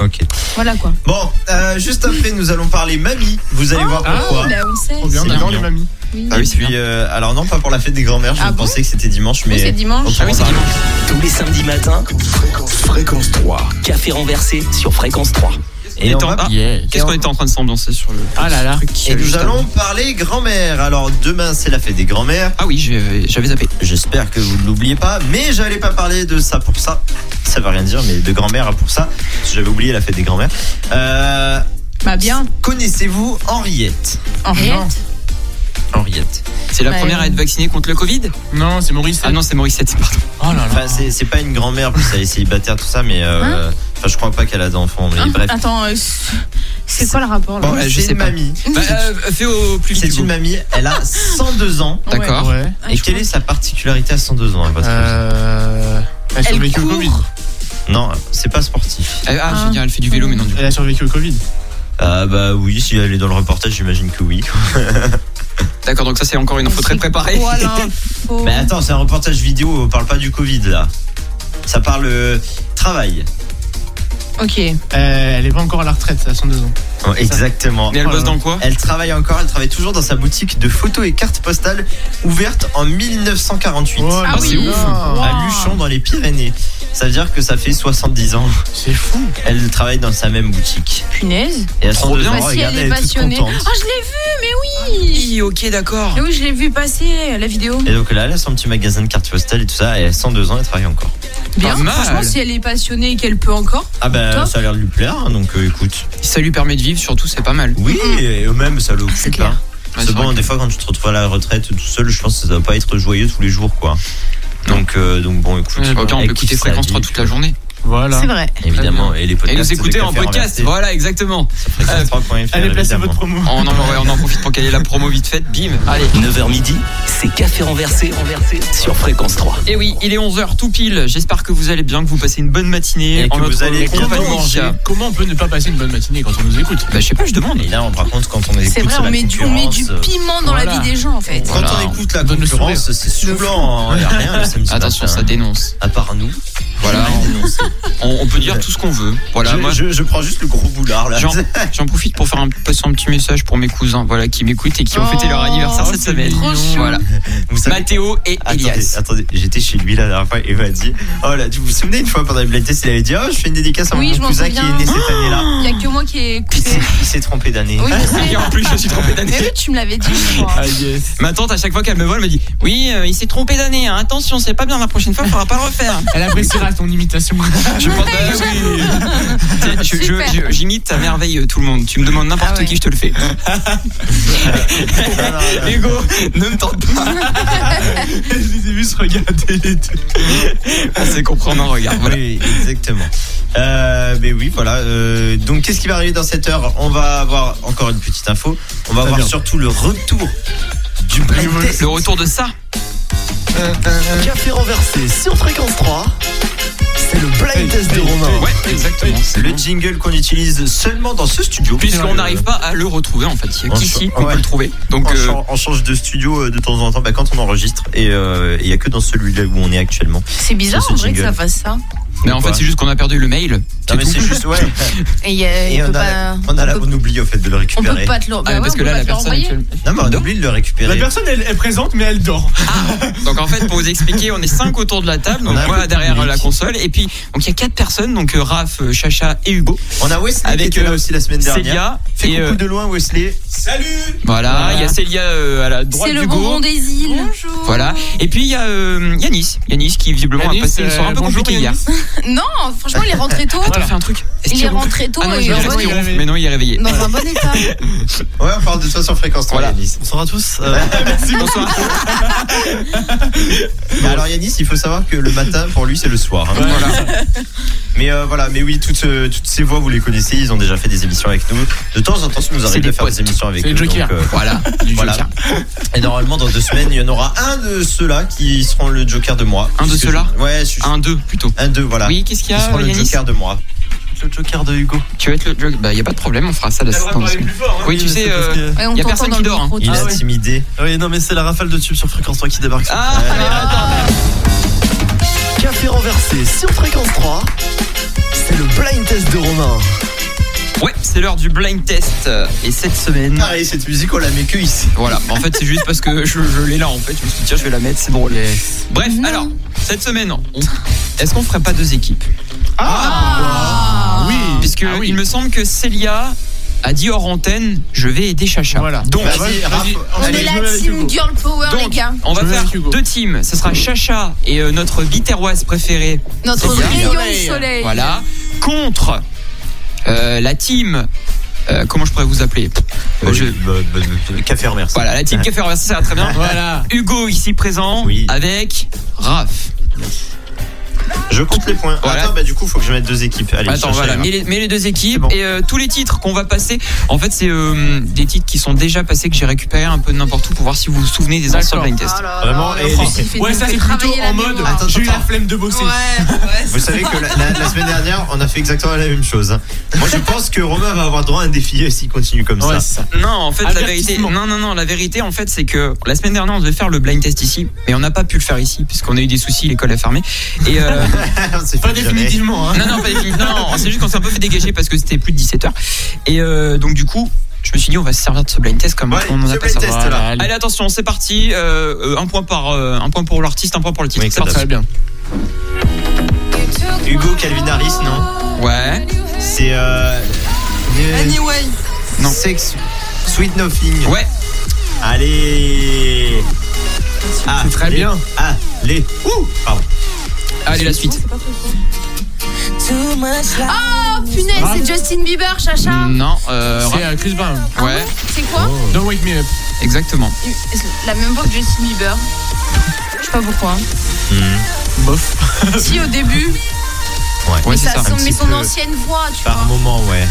D: ok.
E: voilà quoi.
D: Bon, euh, juste après, nous allons parler mamie. Vous allez voir
F: Ah.
D: pourquoi.
E: Bah, on sait.
F: Trop bien,
D: C'est
F: on adore les
D: mignon.
F: mamies.
E: Oui.
D: Ah oui, puis, euh, alors non, pas pour la fête des grands-mères. Je
E: Ah bon
D: pensais que c'était dimanche,
E: Oui, c'est
D: mais.
E: dimanche.
C: Ah oui, c'est dimanche.
A: Tous les samedis matins,
B: Fréquence, fréquence 3.
A: café renversé sur fréquence 3.
D: Et,
C: Et
D: on
C: t'en-
D: va-
C: ah, Qu'est-ce qu'on était en train de s'ambiancer sur le.
F: Ah là là.
C: truc qui
D: Et
C: est
D: nous
C: juste
D: allons
C: avant
D: parler grand-mère. Alors demain, c'est la fête des grands-mères.
C: Ah oui, j'ai- j'avais zappé.
D: J'espère que vous ne l'oubliez pas, mais j'allais pas parler de ça pour ça. Ça veut rien dire, mais de grand-mère à pour ça. Parce que J'avais oublié la fête des grands-mères. Euh,
E: Bah, bien.
D: Connaissez-vous Henriette
C: Ah
E: Henriette.
D: Henriette.
C: C'est la
E: Ouais.
C: première à être vaccinée contre le Covid
F: Non, c'est Maurice.
C: Ah non, c'est Maurice 7, pardon.
F: Oh là
D: Enfin,
F: là.
D: c'est c'est pas une grand-mère, parce qu'elle est célibataire, tout ça, mais. euh, Enfin, je crois pas qu'elle a d'enfants, mais
E: Hein
D: bref.
E: Attends, euh, c'est- c'est quoi le rapport là
D: Bon,
C: Ouais, je
D: Ah, c'est
C: sais
D: une
C: pas.
D: mamie.
C: Bah, euh, fais au plus vite.
D: C'est une
C: Hugo.
D: mamie, elle a 102 ans.
C: D'accord.
F: Ouais.
E: Ah,
D: Et
E: je
D: quelle est
E: crois-
D: sa particularité à 102 ans, hein, Pascal
F: Euh. Elle a
E: Elle
F: survécu au
E: court.
F: Covid.
D: Non, c'est pas sportif.
C: Ah, ah, je veux dire, elle fait du vélo, mais non, du coup.
F: Elle a survécu au Covid. Euh,
D: Ah bah oui, si elle est dans le reportage, j'imagine que oui.
C: D'accord, donc ça, c'est encore une info très préparée.
E: Quoi, l'info
D: Mais attends, c'est un reportage vidéo, on parle pas du Covid là. Ça parle euh, travail.
E: Ok.
D: ah
F: Euh, Elle est pas encore à la retraite, à 102 ans.
D: Ouais, Exactement.
C: Mais elle
D: Oh là
C: bosse
D: là.
C: dans quoi
D: Elle travaille encore, elle travaille toujours dans sa boutique de photos et cartes postales ouverte en 1948
F: Oh là
E: Ah
C: bah, c'est
E: oui.
C: ouf.
D: à Luchon dans les Pyrénées. Ça veut dire que ça fait 70 ans.
F: C'est fou.
D: Elle travaille dans sa même boutique.
E: Punaise.
D: Et à
C: Trop
D: 102
C: bien.
D: ans,
E: Bah, si
D: regarde,
E: elle est
D: elle est toute
E: passionnée.
D: contente.
E: Oh, je l'ai vu, mais oui.
C: Oui, ok, d'accord.
E: Mais Ah oui, je l'ai vu passer la vidéo.
D: Et donc là, elle a son petit magasin de cartes postales et tout ça, et à 102 ans, elle travaille encore.
E: Bien,
C: mal.
E: franchement, si elle est passionnée et qu'elle peut encore.
D: Ah bah
E: Top.
D: ça a l'air de lui plaire, hein, donc euh, écoute.
C: Ça lui permet de vivre, surtout, c'est pas mal.
D: Oui, et eux-mêmes, ça l'occupe.
E: C'est
D: hein.
E: clair.
C: Ouais,
D: C'est
C: Mm. Ah, c'est
D: bon,
C: vrai
D: des fois, quand tu te retrouves à la retraite tout seul, je pense que ça va pas être joyeux tous les jours, quoi. Donc, euh, donc bon, écoute.
C: Ouais, bah, ok, on
D: elle
C: peut
D: kiffe
C: écouter
D: sa
C: Fréquence
D: vie,
C: 3 toute la journée.
F: Voilà.
E: vrai.
D: Bah, Évidemment, et les
C: Et
D: podcasts.
C: nous écouter
D: de
C: en
D: Café
C: podcast.
D: Renversé,
C: Voilà, exactement.
D: fréquence3.fr,
F: Allez, placez
D: évidemment.
F: votre promo.
C: On en, ouais, on en profite pour caler la promo vite faite. Bim. Allez.
A: 9h midi, c'est Café renversé, renversé sur Fréquence 3.
C: Et Eh oui, il est 11h tout pile. J'espère que vous allez bien, que vous passez une bonne matinée.
D: Et
C: en
D: que
C: notre
D: vous allez bien
C: compagnie.
D: manger.
F: Comment on peut ne pas passer une bonne matinée quand on nous écoute
C: Bah, je sais pas, je demande.
D: Et là, on, par contre, quand on
E: C'est
D: écoute
E: vrai,
D: la
E: on met, du, on met du
D: concurrence, euh,
E: piment dans la
F: voilà.
E: vie des gens en fait.
D: Quand
C: Voilà.
D: on écoute la
F: Donne le
D: concurrence, c'est saoulant. hein. Y a rien le samedi
C: Attention,
D: matin,
C: ça
D: hein.
C: dénonce.
D: À part nous.
C: Voilà,
D: Rien dénoncé.
C: on, on peut dire tout ce qu'on veut. Voilà,
D: Je-
C: moi,
D: je, je prends juste le gros boulard là.
C: J'en j'en profite pour faire un, passer un petit message pour mes cousins voilà, qui m'écoutent et qui ont fêté leur
E: Oh,
C: anniversaire cette
E: c'est
C: semaine.
E: trop chou.
C: Voilà.
D: Vous savez-
C: Mathéo et
D: Attendez,
C: Elias.
D: attendez, j'étais chez lui la dernière fois et il m'a dit Oh là, vous vous souvenez une fois pendant le blind test, il avait dit Oh, je fais une dédicace à
E: Oui,
D: mon
E: je m'en
D: cousin
E: souviens.
D: qui est né cette année-là.
E: Il n'y a que moi qui
D: Il
E: ai écouté.
D: s'est- il s'est trompé d'année.
E: Oui, je sais.
C: Et en plus, je suis trompé d'année.
E: Mais oui, tu me l'avais dit, je crois.
F: Ah yes.
C: Ma tante, à chaque fois qu'elle me voit, elle me dit Oui, euh, il s'est trompé d'année, hein. attention, c'est pas bien, la prochaine fois, il faudra pas le refaire.
F: Elle appréciera ton imitation.
C: Je pense bah oui. Tiens, je- je-
E: Super.
C: je- J'imite à merveille euh, tout le monde. Tu me demandes n'importe
E: Ah ouais.
C: qui, je te le fais.
D: Non, non, non.
C: Hugo, ne me tente pas.
F: je les ai vus se regarder les deux.
C: On sait comprendre, regarde. Voilà.
D: Oui, oui, exactement. Euh, mais oui, voilà. euh, donc, qu'est-ce qui va arriver dans cette heure On va avoir encore une petite info. On va avoir
F: bien.
D: surtout le retour du blind test.
C: Le retour de ça.
G: Café renversé sur fréquence 3. C'est le blind test de Romain.
C: Ouais, exactement. c'est
D: Le
C: bon.
D: jingle qu'on utilise seulement dans ce studio.
C: Puisqu'on n'arrive pas à le retrouver, en fait. Il y a
D: On
C: qu'ici
D: ch-
C: qu'on
D: ouais.
C: peut le trouver. Donc,
D: on,
C: euh,
D: chan- on change de studio euh, de temps en temps bah, quand on enregistre et euh, il y a que dans celui-là où on est actuellement.
E: C'est bizarre
D: Ça,
E: en
D: c'est
E: vrai que
D: jingle.
E: ça fasse ça.
C: mais en fait, c'est juste qu'on a perdu le mail.
D: Non, mais
C: tout.
D: c'est juste ouais.
E: Et, il y a-
D: Et
E: il
D: on,
E: peut
D: a,
E: pas-
D: on, a la-
E: peut-
D: on oublie au fait de le
E: on peut
D: récupérer.
E: pas te le.
C: Ah,
E: Bah ouais,
C: parce
E: on
C: que
E: peut
C: là,
E: pas
C: la
E: te le
C: personne
E: renvoyer.
C: actuellement-
D: Non mais on oublie de le récupérer.
F: La personne, elle est présente, mais elle dort.
C: Donc en fait, pour vous expliquer, on est cinq autour de la table, donc
D: On a un peu
C: moi
D: de
C: derrière
D: public.
C: la console, et puis donc il y a quatre personnes, donc euh, Raph, euh, Chacha et Hugo,
D: On a Wesley
C: Avec,
D: qui était là
C: euh,
D: aussi la semaine dernière.
C: Célia
D: Fais
C: et
D: coucou
C: euh,
D: de loin Wesley.
C: voilà, il y a Célia euh, à la droite
E: C'est le
C: d'Hugo.
E: bonbon des îles. Bonjour.
C: Voilà, et puis il y a euh, Yanis, Yanis qui visiblement
F: Yanis,
C: a passé une
F: euh,
C: soirée un peu
F: bonjour,
C: compliquée hier.
F: Yanis.
E: Non, franchement, il est rentré tôt.
C: Attends, fais un truc. Est-ce
E: Il
C: qu'il
E: est
C: ronfle
E: rentré tôt
C: Ah non,
E: et
C: je
E: en
C: dirais
E: vrai,
C: qu'il
E: il est
C: ronfle, mais non, il est réveillé.
E: dans un bon état.
D: Ouais, on parle de ça sur fréquence 3
C: Voilà.
D: Yanis.
G: Bonsoir à tous. euh,
C: Bonsoir.
D: Mais Bah, alors Yanis, il faut savoir que le matin pour lui c'est le soir. hein. Mais euh, voilà, mais oui, toutes, euh, toutes ces voix vous les connaissez, ils ont déjà fait des émissions avec nous. De temps en temps, ça nous
C: C'est
D: arrive de
C: des
D: faire
C: potes.
D: des émissions avec
F: C'est
D: eux.
F: les jokers.
D: donc, euh,
C: Voilà, du
D: Voilà.
C: Joker.
D: et normalement dans deux semaines, il y en aura un de ceux-là qui seront le joker de moi.
C: Un de
D: Puisque
C: ceux-là
D: je- Ouais, je suis...
C: Un, deux plutôt.
D: un de voilà.
C: Oui, qu'est-ce qu'il y
D: Ils
C: a,
D: seront le
C: Yanis
D: joker de moi.
G: le Joker de Hugo.
C: Tu vas être le Joker Bah, il n'y a pas de problème, on fera ça la semaine prochaine.
F: fort.
C: Oui, tu sais.
G: c'est parce
C: euh,
G: que-
E: Ouais, on
C: Y a
E: t'entend
C: personne
E: dans
C: qui
E: le
C: dort, hein.
E: micro, tu
D: Il est
E: vois.
D: intimidé.
G: Oui, non, mais c'est la rafale de tube sur fréquence 3 qui débarque. Euh,
C: Ah, mais attends.
G: Café renversé sur fréquence 3. C'est le blind test de Romain.
C: Ouais, c'est l'heure du blind test. euh, Et cette semaine.
D: Pareil, Ah, cette musique, on la met que ici.
C: Voilà, en fait c'est juste parce que je, je l'ai là en fait, je me suis dit tiens je vais la mettre, c'est drôle. Bref, alors, cette semaine, on- est-ce qu'on ferait pas deux équipes
E: Ah,
F: Oui.
C: Puisque
F: Ah oui.
C: il me semble que Célia a dit hors antenne, je vais aider Chacha.
F: Voilà.
C: Donc,
G: Bah,
D: Vas-y,
F: vas-y,
D: Raph,
F: vas-y.
D: on
E: On
D: est
E: est
D: là.
F: je me mets
E: la
F: avec
E: team
F: Hugo.
E: girl power, Bah, les
C: donc,
E: gars.
C: on va
F: Je vais
C: faire
F: avec Hugo.
C: deux teams, ce sera Chacha et euh, notre biterroise préférée,
E: Notre
C: C'est bien.
E: rayon de soleil.
C: voilà, contre euh, la team. euh, comment je pourrais vous appeler Euh, je-
D: Café remercie.
C: Voilà, la team Café Reversé, ça va très bien.
F: Voilà.
C: Hugo ici présent
D: Oui.
C: avec Raph.
D: Je compte les points.
C: Voilà.
D: Attends, bah du coup, faut que je mette deux équipes. Allez,
C: Attends,
D: cherchez,
C: voilà,
D: hein.
C: mets les, mets les deux équipes
D: C'est bon.
C: et euh, tous les titres qu'on va passer. En fait, c'est euh, des titres qui sont déjà passés que j'ai récupérés un peu de n'importe où pour voir si vous vous souvenez des anciens
F: D'accord.
C: blind tests.
E: Oh là là,
D: Vraiment,
E: le
D: et-
E: prof, il fait
F: Ouais,
E: nous
F: ça
E: fait
F: c'est plutôt
E: travailler la
F: en mode.
E: mémoire.
F: J'ai eu la
D: attends.
F: flemme de bosser.
E: Ouais,
D: Vous savez que la, la- la semaine dernière, on a fait exactement la même chose. hein. Moi, je pense que Romain va avoir droit à un défi s'il continue comme ça.
F: Ouais, c'est ça.
C: Ah, Non, en fait, la vérité,
F: Avertissement.
C: non, non, non, la vérité, en fait, c'est que la semaine dernière, on devait faire le blind test ici, mais on n'a pas pu le faire ici, puisqu'on a eu des soucis, l'école est fermée. Et, euh,
D: C'est
F: Pas définitivement, hein.
C: Non, non, pas définitivement. Non, c'est juste qu'on s'est un peu fait dégager parce que c'était plus de 17h. Et euh, donc, du coup, je me suis dit, on va se servir de ce blind test comme
D: Ouais,
C: on en
D: ce
C: a pas ça.
D: blind test, là.
C: Allez, attention, c'est parti. Euh, euh, un, point par, euh, un point pour l'artiste, un point pour le titre.
D: Oui,
C: c'est parti.
D: Très
F: bien.
D: Hugo Calvin Harris, non
C: Ouais.
D: C'est. Euh, euh,
E: Anyway,
C: Non.
D: Sex. Sweet Nothing.
C: Ouais.
D: Allez. Ah,
F: C'est très
D: les-
F: bien.
D: Ah, les. Ouh Pardon.
C: Allez, la suite.
E: oh punaise, c'est Justin Bieber, Chacha.
C: Non, euh,
F: C'est euh, Chris Brown.
E: Ah
C: ouais,
E: C'est quoi
F: Don't wake me up.
C: exactement.
E: Est-ce que- La même voix que Justin Bieber. Je sais pas pourquoi. hein.
F: Hmm. Bof.
E: Si au début,
C: Ouais, c'est
E: ça,
C: ça.
E: son-
D: petit
E: mais son
D: peu.
E: ancienne voix, tu
D: Par
E: vois.
D: moment, ouais.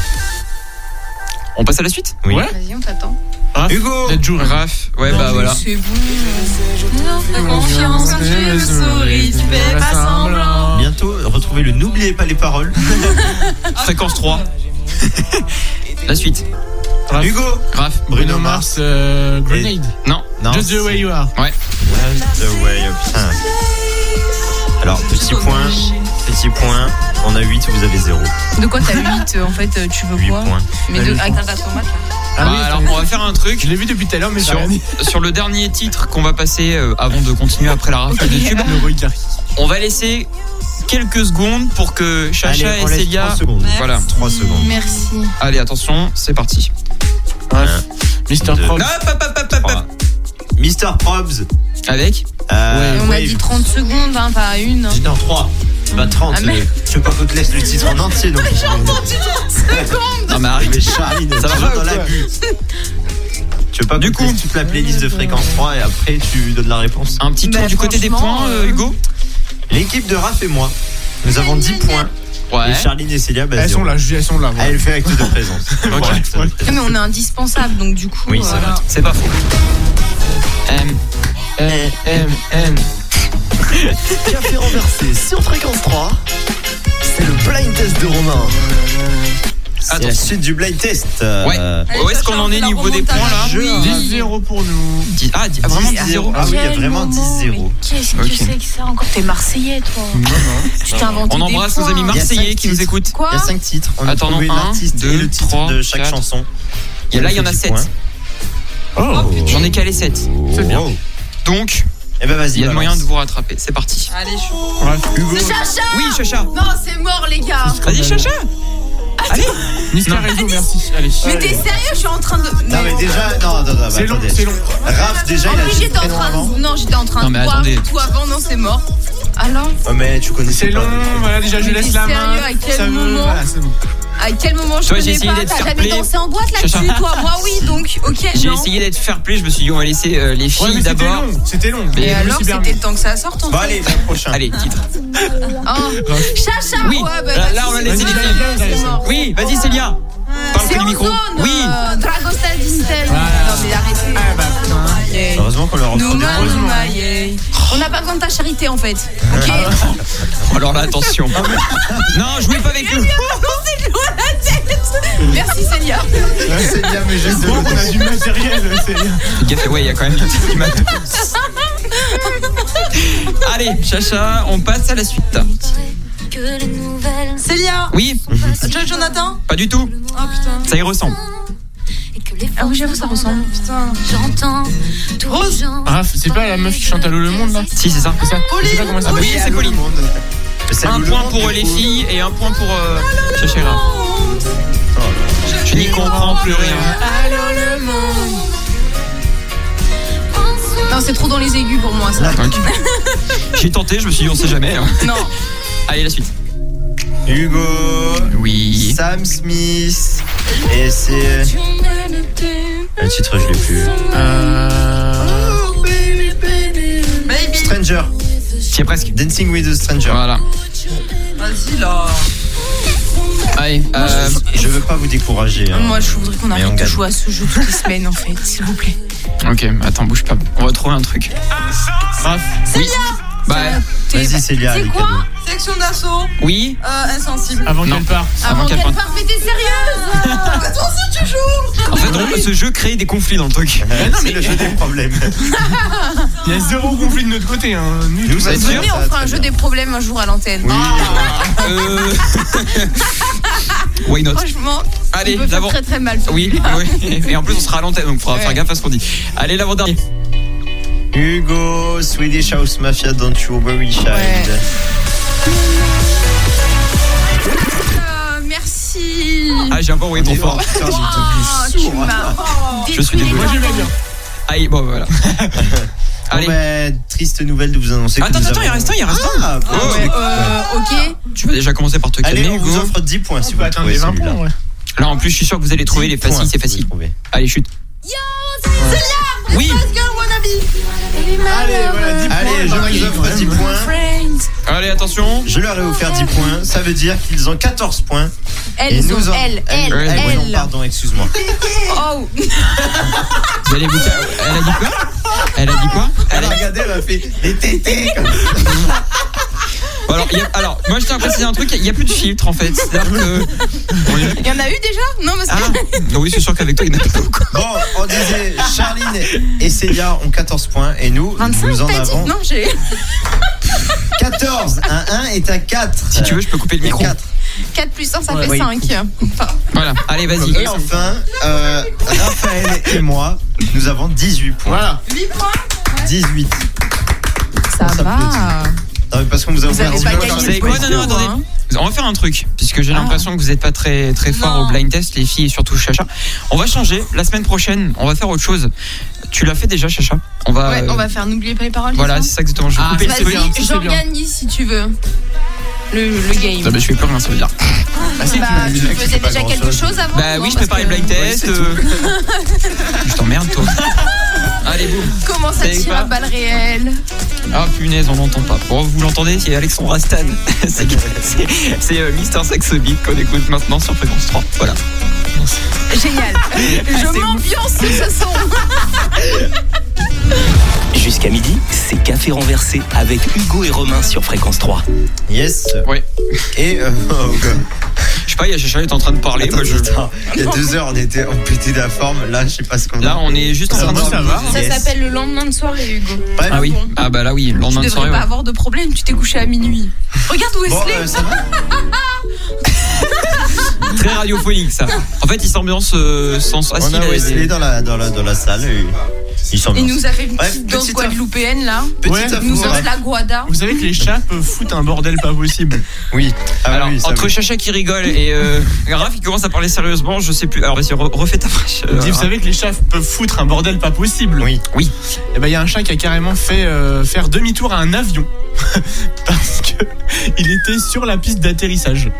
C: On passe à la suite
D: Oui.
F: Ouais.
E: Vas-y, on t'attend.
D: Hugo
F: D'être jour. hein.
C: Raph, ouais, bah voilà.
E: C'est bon. Non, fais confiance, tu me souris, tu fais pas semblant.
D: Bientôt, retrouvez le N'oubliez pas les paroles.
C: Fréquence 3. la suite.
D: Hugo
C: Raph,
F: Bruno Mars, euh, Grenade.
C: Non.
D: Non.
F: Just the way you are.
C: Ouais.
D: Just the way you- putain. Alors, petit point. Petit point. On a 8, vous avez 0.
E: De quoi t'as 8 en fait euh, Tu veux
D: 8
E: quoi
D: points.
E: Mais de, avec un tas de tomates là.
F: Ah
C: Bah, alors, on va faire un truc.
F: Je l'ai vu depuis tout à l'heure, mais j'ai
C: Sur,
F: rien dit.
C: sur le dernier titre qu'on va passer euh, avant de continuer après la rafale de tube,
F: Le Roy Carey.
C: on va laisser quelques secondes pour que Chacha
D: Allez, on
C: et
D: laisse
C: Célia.
D: 3 secondes.
C: Voilà.
D: 3 secondes.
E: Merci.
C: Allez, attention, c'est parti.
F: Bref. Mister
D: Deux.
F: Prop.
C: Hop, hop, hop, hop, hop, hop.
D: Mister Probs.
C: Avec
D: Euh,
E: Et on a
D: Wave.
E: dit 30 secondes, hein, pas une. hein.
D: Non, 3. Bah 30.
E: Ah, mais-
D: euh, Je veux pas qu'on te laisse le titre en entier. Donc... J'ai entendu
C: Non, mais
D: Mais
C: arrête.
D: Charlie,
C: Ça va pas
D: tu vas
C: ou quoi
D: dans l'abus. Tu veux pas
C: Du
D: qu'on te
C: coup-
D: laisse toute la playlist de fréquence 3 et après tu donnes la réponse
C: Un petit tour
E: Bah,
C: du côté des
E: franchement,
C: points, euh,
E: euh,
C: Hugo
D: L'équipe de Raph et moi, nous avons 10 points. Et
C: Ouais.
D: Charline et Célia, bah,
F: Elles
D: zéro.
F: sont là, je- elles sont là.
D: Ah,
F: voilà.
D: elle fait acte de présence.
C: Ok.
D: acte de présence.
E: Mais on est indispensable donc du coup. euh,
D: Oui, c'est
E: voilà.
C: C'est pas faux. M, M, M, M.
G: Café renversé sur fréquence 3. C'est le blind test de Romain.
D: C'est la suite du blind test. Euh,
E: Allez,
C: Où est-ce qu'on
E: Sacha,
C: en est
E: la
C: niveau des points
E: remontada.
C: là
E: Oui.
F: 10-0 pour nous.
C: Dix- Ah, dix- ah, vraiment 10-0
D: Ah oui, il y a
E: Quel
D: vraiment
E: moment,
D: 10-0.
E: mais Qu'est-ce que
C: Ok.
E: c'est que ça encore T'es Marseillais toi. Tu t'es inventé
C: On
E: des
C: embrasse nos
E: points.
C: amis
D: Il y a
C: marseillais
D: cinq
C: qui nous
D: titres.
C: écoutent.
E: Quoi
D: Il y a 5 titres. On a
C: Attendons,
D: trouvé
C: un,
D: l'artiste et
C: deux,
D: le titre
C: trois,
D: de chaque
C: quatre.
D: chanson.
C: Et là, il y en a
D: Petit
C: 7.
D: point.
F: Oh.
C: J'en ai calé 7.
F: C'est bien.
C: Donc,
D: Eh ben vas-y.
C: il y a
D: balance.
C: moyen de vous rattraper. C'est parti.
E: Allez, chaud.
F: Bref. Hugo.
E: C'est Chacha
C: Oui, Chacha
E: Non, c'est mort les gars.
C: Vas-y, Chacha
F: Mister Rizzo, merci. Allez.
E: Mais t'es sérieux Je suis en train de.
D: Non mais déjà, non, non, non, bah,
F: C'est long,
D: attendez.
F: c'est long.
D: Raph déjà,
E: En
D: il a
E: plus,
D: dit
E: j'étais en train de. Non, j'étais en train
C: Non, mais
E: de boire
C: attendez.
E: tout avant, non, c'est mort. Alors
D: Oh, mais tu connaissais
F: C'est
D: pas.
F: long, voilà, déjà je
E: Mais
F: laisse
E: t'es
F: la main.
E: sérieux, à quel
F: Ça veut-
E: moment
F: Voilà, c'est bon.
E: À quel moment je
C: Toi, j'ai
E: connais
C: essayé
E: pas
C: d'être
E: T'as
C: fair
E: jamais
C: play.
E: dansé en boîte là-dessus,
C: Chacha.
E: toi Moi, oui, donc, ok,
C: J'ai
E: non.
C: essayé d'être fair play, je me suis dit on va laisser euh, les
F: Ouais, mais
C: filles
F: c'était
C: d'abord.
F: long, C'était long.
C: Mais Je
E: Et
C: me
E: alors, c'était le temps que ça sorte en
D: Bon
E: fait.
D: allez, le prochain.
C: Allez, titre.
E: Oh. Chacha
C: Oui.
E: Ouais, bah,
C: Là,
E: vas-y,
C: là, on va
E: c'est
C: laisser
E: bon,
C: les
E: allez,
F: filles.
E: c'est mort.
C: Oui, vas-y Célia Oh, Parle
E: C'est
C: près du micro.
E: Ozone,
C: Oui Ah.
E: euh, Dragostea Distel. Non, mais arrêtez.
F: Ah bah putain.
E: Yeah.
D: Heureusement qu'on leur offre des
E: Nouma,
D: roses.
E: Nouma, yeah. On n'a pas besoin de ta charité en fait. Ok
C: Oh, Alors là, attention. non, jouez pas avec nous.
E: C'est de l'eau à la tête. Merci Seigneur.
D: C'est bien, mais je sais
F: Bon, on a du matériel, c'est bien.
C: Faites gaffe, ouais, il y a quand même une petite image. Allez, Chacha, on passe à la suite.
E: Ah.
H: que les nouvelles
E: Célia
C: Oui,
E: Joe Jonathan
C: pas du tout.
E: Oh putain.
C: Ça y ressemble.
H: et que les
E: Ah oui, j'avoue, ça ressemble. Putain.
H: J'entends tous les gens.
F: Raph, Ah, c'est pas la meuf qui chante à l'eau le monde là
C: Si, c'est ça.
F: Je sais pas comment elle
C: Ah
F: s'appelle.
C: oui, c'est Pauline. Un point pour euh, les filles et un point pour euh, Chacha et Raph. Je n'y comprends plus rien.
E: Non, c'est trop dans les aigus pour moi ça.
C: Donc, J'ai tenté, je me suis dit on sait jamais. hein.
E: Non.
C: Allez, la suite.
D: Hugo,
C: Oui.
D: Sam Smith, et c'est. euh, Le titre, je l'ai plus.
F: Euh.
E: Baby.
D: Stranger,
C: C'est presque.
D: Dancing with a Stranger.
C: Voilà.
E: Vas-y là.
C: Allez, euh,
D: Je veux pas vous décourager. hein.
E: Moi, je voudrais qu'on
D: Mais on
E: arrête de
D: gagne.
E: jouer à ce jeu toutes les semaines en fait, s'il vous plaît.
C: Ok, attends, bouge pas. On va trouver un truc. Raph. Oui. Bah,
E: T'es-
D: Vas-y, Célia.
E: C'est
D: avec
E: quoi
D: cadeau.
I: Section d'assaut,
C: oui.
I: euh, insensible.
F: Avant
C: Non.
F: qu'elle parte.
C: Avant
D: Ah,
E: Avant
C: qu'elle
E: qu'elle
C: parte.
E: parte, mais t'es sérieuse
C: En fait, on- ce jeu crée des conflits dans le truc.
F: Mais non,
D: C'est
F: mais
D: le jeu des problèmes.
F: il y a zéro
C: Ah.
F: conflit de notre côté. Hein. Nous,
D: Nous,
F: tout ça.
D: c'est sûr,
E: Venez,
D: ça
E: on
D: va
E: fera
D: très
E: un jeu
D: bien.
E: des Ah. problèmes un jour à l'antenne.
C: Oui. Euh, Why not
E: Franchement,
C: Allez,
E: il peut faire
C: d'abord.
E: très très mal.
C: Oui, oui. Et en plus, on sera à l'antenne, donc faudra faire
E: Ouais.
C: gaffe à ce qu'on dit. Allez, l'avant-dernier.
D: Hugo, Swedish House Mafia, don't you worry, child.
E: Ouais. Euh, merci.
C: Ah, j'ai un peu envoyé trop fort.
E: Oh, tu
D: hein.
E: m'as
C: Je suis
E: détruit.
C: dégoûté.
F: Moi, j'aimais bien.
C: Aïe, bon, voilà.
D: Bon,
C: Allez.
D: ben, triste nouvelle de vous annoncer. que
C: Attends,
D: nous
C: attends, il
D: avons-
C: reste un, il reste un.
D: Ah, bon,
C: Ouais,
D: c'est
C: ouais.
D: cool.
E: Euh, ok.
C: Tu vas déjà commencer par te calmer,
D: Allez, on vous
C: Hugo.
D: offre 10 points si
F: On
D: vous
F: peut
D: le
F: atteindre
D: trouvez
F: les 20
D: celui-là.
F: points. ouais.
C: Là, en plus, je suis sûr que vous allez trouver les faciles, c'est facile. Allez, chute. Yo, Oui,
F: Allez, voilà, 10 points.
D: Allez, je vous offre 10 points.
C: allez, attention.
D: Je leur ai offert 10 points. Ça veut dire qu'ils ont 14 points. Et
E: Elles
D: nous
E: ont
D: en-
E: elles,
D: Elles,
E: elles,
C: elles,
D: ouais, non,
E: elles.
D: pardon, excuse-moi.
E: Oh,
C: Vous allez vous calmer. Elle a dit quoi Elle a dit quoi
D: Elle
C: Elle
D: a
C: a-
D: regardé, elle a fait les tétés. comme-
C: Bon, alors, il y a- alors, moi, je tiens à préciser un truc il n'y a plus de filtre, en fait. C'est-à-dire que. on est-
E: il y en a eu déjà Non, parce que
C: Ah, oui, c'est sûr qu'avec toi, il n'y en a pas beaucoup.
D: Bon, on disait Charline et Célia ont 14 points et nous,
E: 25
D: nous en
E: t'as dit
D: avons
E: Non, j'ai
D: 14. Un 1 est à 4.
C: Si tu veux, je peux couper le micro.
D: 4.
E: 4 plus 1, ça
D: Ouais,
E: fait
D: oui.
E: 5.
C: Voilà, allez, vas-y.
D: Et enfin, euh, Raphaël et moi, nous avons 18 points.
F: Voilà.
D: 18.
E: Ça
D: On
E: va.
D: Non, mais parce qu'on vous a
E: Vous
D: ouvert
E: avez
D: 10
E: pas
D: points.
E: gagné.
C: Vous savez quoi Non, non, attendez.
E: hein
C: On va faire un truc, puisque j'ai
E: Ah.
C: l'impression que vous n'êtes pas très, très fort
I: Non.
C: au blind test, les filles, et surtout Chacha. On va changer. La semaine prochaine, on va faire autre chose. Tu l'as fait déjà, Chacha On va.
E: Ouais, on va faire N'oubliez pas les paroles.
C: Ah Voilà,
E: c'est
C: c'est ça exactement. Je vais
F: Ah,
C: couper le
E: ça
F: c'est bien,
C: truc.
E: Vas-y,
F: c'est bien.
E: j'organise si tu veux le, le
C: Non,
E: game.
C: mais je fais plus rien, ça veut dire.
F: Bah, si, tu
E: Bah,
F: m'as
E: tu
F: dit.
D: que c'est
E: faisais
D: pas
E: déjà quelque
D: grand-chose.
E: chose avant
C: Bah
E: non,
C: oui, je
E: parce
C: prépare
E: que-
C: les blind tests. euh. je t'emmerde, toi. Allez, boum.
E: Comment ça
C: Vous savez
E: tire
C: pas
E: à balles réelles
C: Ah punaise, on l'entend pas. Bon, vous l'entendez, c'est Alexandra Stan. c'est c'est- c'est, euh, Mister Saxo Beat qu'on écoute maintenant sur Fréquence 3. Voilà.
E: Génial. Je m'ambiance ce son.
A: Jusqu'à midi, c'est Café renversé avec Hugo et Romain sur Fréquence 3.
D: Yes.
C: Ouais.
D: Et euh, oh, God.
C: Je sais pas, il y a Chacha, il est en train de parler.
D: Attends,
C: moi, je-
D: attends. il y a deux heures, on était on pétait de la forme. Là, je sais pas ce qu'on
C: Là,
D: a.
C: on est juste en train de.
F: va, ça va.
E: Ça
D: Yes.
E: s'appelle le lendemain de soirée, Hugo.
D: Bref.
C: Ah oui, ah bah là, oui, le
E: Tu
C: lendemain de
E: devrais
C: soirée.
E: pas
C: ouais.
E: avoir de problème, tu t'es couché à minuit. Regarde
D: Bon,
E: Wesley.
D: euh, ça va
C: Ah, Très radiophonique, ça. En fait, il s'ambiance euh, sans. Ah, si,
D: On
C: il
D: a
C: a-
D: Wesley dans la, dans la, dans la salle. et il s'en
E: Il nous a fait une
D: Bref,
E: petite danse
D: petite
E: guadeloupéenne là.
D: Petite
F: Ouais,
E: Il nous
D: info. hein.
E: danse la guada.
F: Vous savez que les chats peuvent foutre un bordel pas possible.
D: Oui. Ah
C: Alors,
D: oui, ça
C: entre
D: oui.
C: Chacha qui rigole et euh, Raph qui commence à parler sérieusement, je sais plus. Alors, vas-y, re- refais ta phrase.
F: Je
C: euh,
F: dis, vous savez que les chats peuvent foutre un bordel pas possible.
D: Oui.
F: Et ben il y a un chat qui a carrément fait euh, faire demi-tour à un avion parce que il était sur la piste d'atterrissage.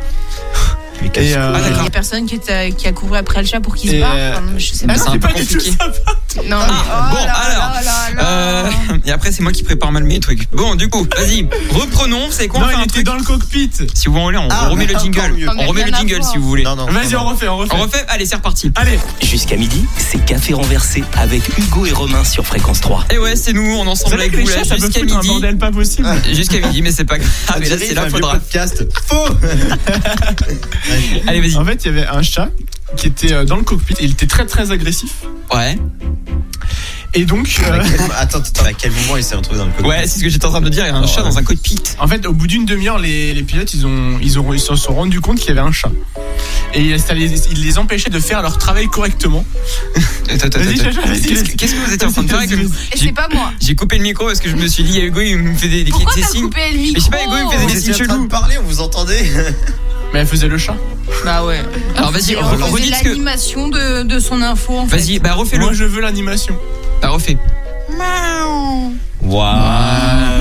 F: Et, euh,
C: Ah,
E: Il y
C: d'accord.
E: a personne qui, t'a- qui a couru après le chat pour qu'il se
F: Et,
E: barre.
F: euh,
E: Enfin, je sais
F: ah
E: pas.
F: non,
C: c'est un
F: c'est
C: peu
F: pas du tout
C: compliqué.
F: ça.
E: Non,
C: Ah,
E: mais-
C: bon,
E: oh là
C: alors,
E: là là là
C: Euh,
E: là.
C: et après, c'est moi qui prépare mal mes trucs. Bon, du coup, vas-y, reprenons. C'est quoi on
F: Non,
C: fait
F: il
C: un
F: était
C: truc
F: dans le cockpit.
C: Si vous voulez, on
D: Ah,
C: remet
D: mais
C: le
D: encore
C: jingle.
D: mieux.
E: Mais
C: On remet le
E: rien à
C: jingle
E: voir.
C: si vous voulez. Ah,
D: Non, non.
F: Vas-y,
D: non,
F: on refait, on refait.
C: On refait Allez, c'est reparti.
F: Allez,
A: Jusqu'à midi, c'est Café renversé avec Hugo et Romain sur Fréquence 3.
C: Et ouais, c'est nous, on est
F: vous
C: ensemble
F: savez
C: avec
F: que les
C: vous là
F: chats ça peut
C: jusqu'à
F: foutre un
C: midi.
F: bordel pas possible.
C: Jusqu'à midi, mais c'est pas grave.
D: On
C: mais là,
D: dirait
C: c'est là,
D: un vieux
C: faudra.
D: podcast. Faux Ouais.
C: Allez, vas-y.
F: En fait, il y avait un chat qui était euh, dans le cockpit. Il était très très agressif.
C: Ouais.
F: Et donc, euh,
D: À quel moment- Attends, attends, à quel moment il s'est retrouvé dans le cockpit
C: Ouais, c'est ce que j'étais en train de dire. Il y a un
D: Alors,
C: chat
D: ouais.
C: dans un cockpit.
F: en fait, au bout d'une demi-heure, les, les pilotes ils ont ils ont ils se sont rendus compte qu'il y avait un chat. Et ça les, il les empêchait de faire leur travail correctement.
C: Attends, attends,
F: Vas-y,
C: attends.
F: Chacha, vas-y,
C: Qu'est-ce que-
F: vas-y.
C: qu'est-ce que vous étiez en train de faire avec le-
E: Et
C: J'ai-
E: c'est pas moi.
C: J'ai coupé le micro parce que je me suis dit, il y a Hugo, il me fait des, des,
E: Pourquoi
C: des
E: t'as
C: signes.
E: coupé le micro
C: je sais pas, Hugo, il me faisait
D: Vous
C: des-
D: étiez
C: chez
D: en train
C: nous.
D: de parler, on vous entendait
F: Mais elle faisait le chat.
E: Bah ouais.
C: Alors, vas-y,
E: On
C: re-
E: faisait
C: redis ce que.
E: l'animation de, de son info en fait.
C: Vas-y, bah refais-le.
F: Moi, je veux l'animation.
C: Bah refais.
D: Waouh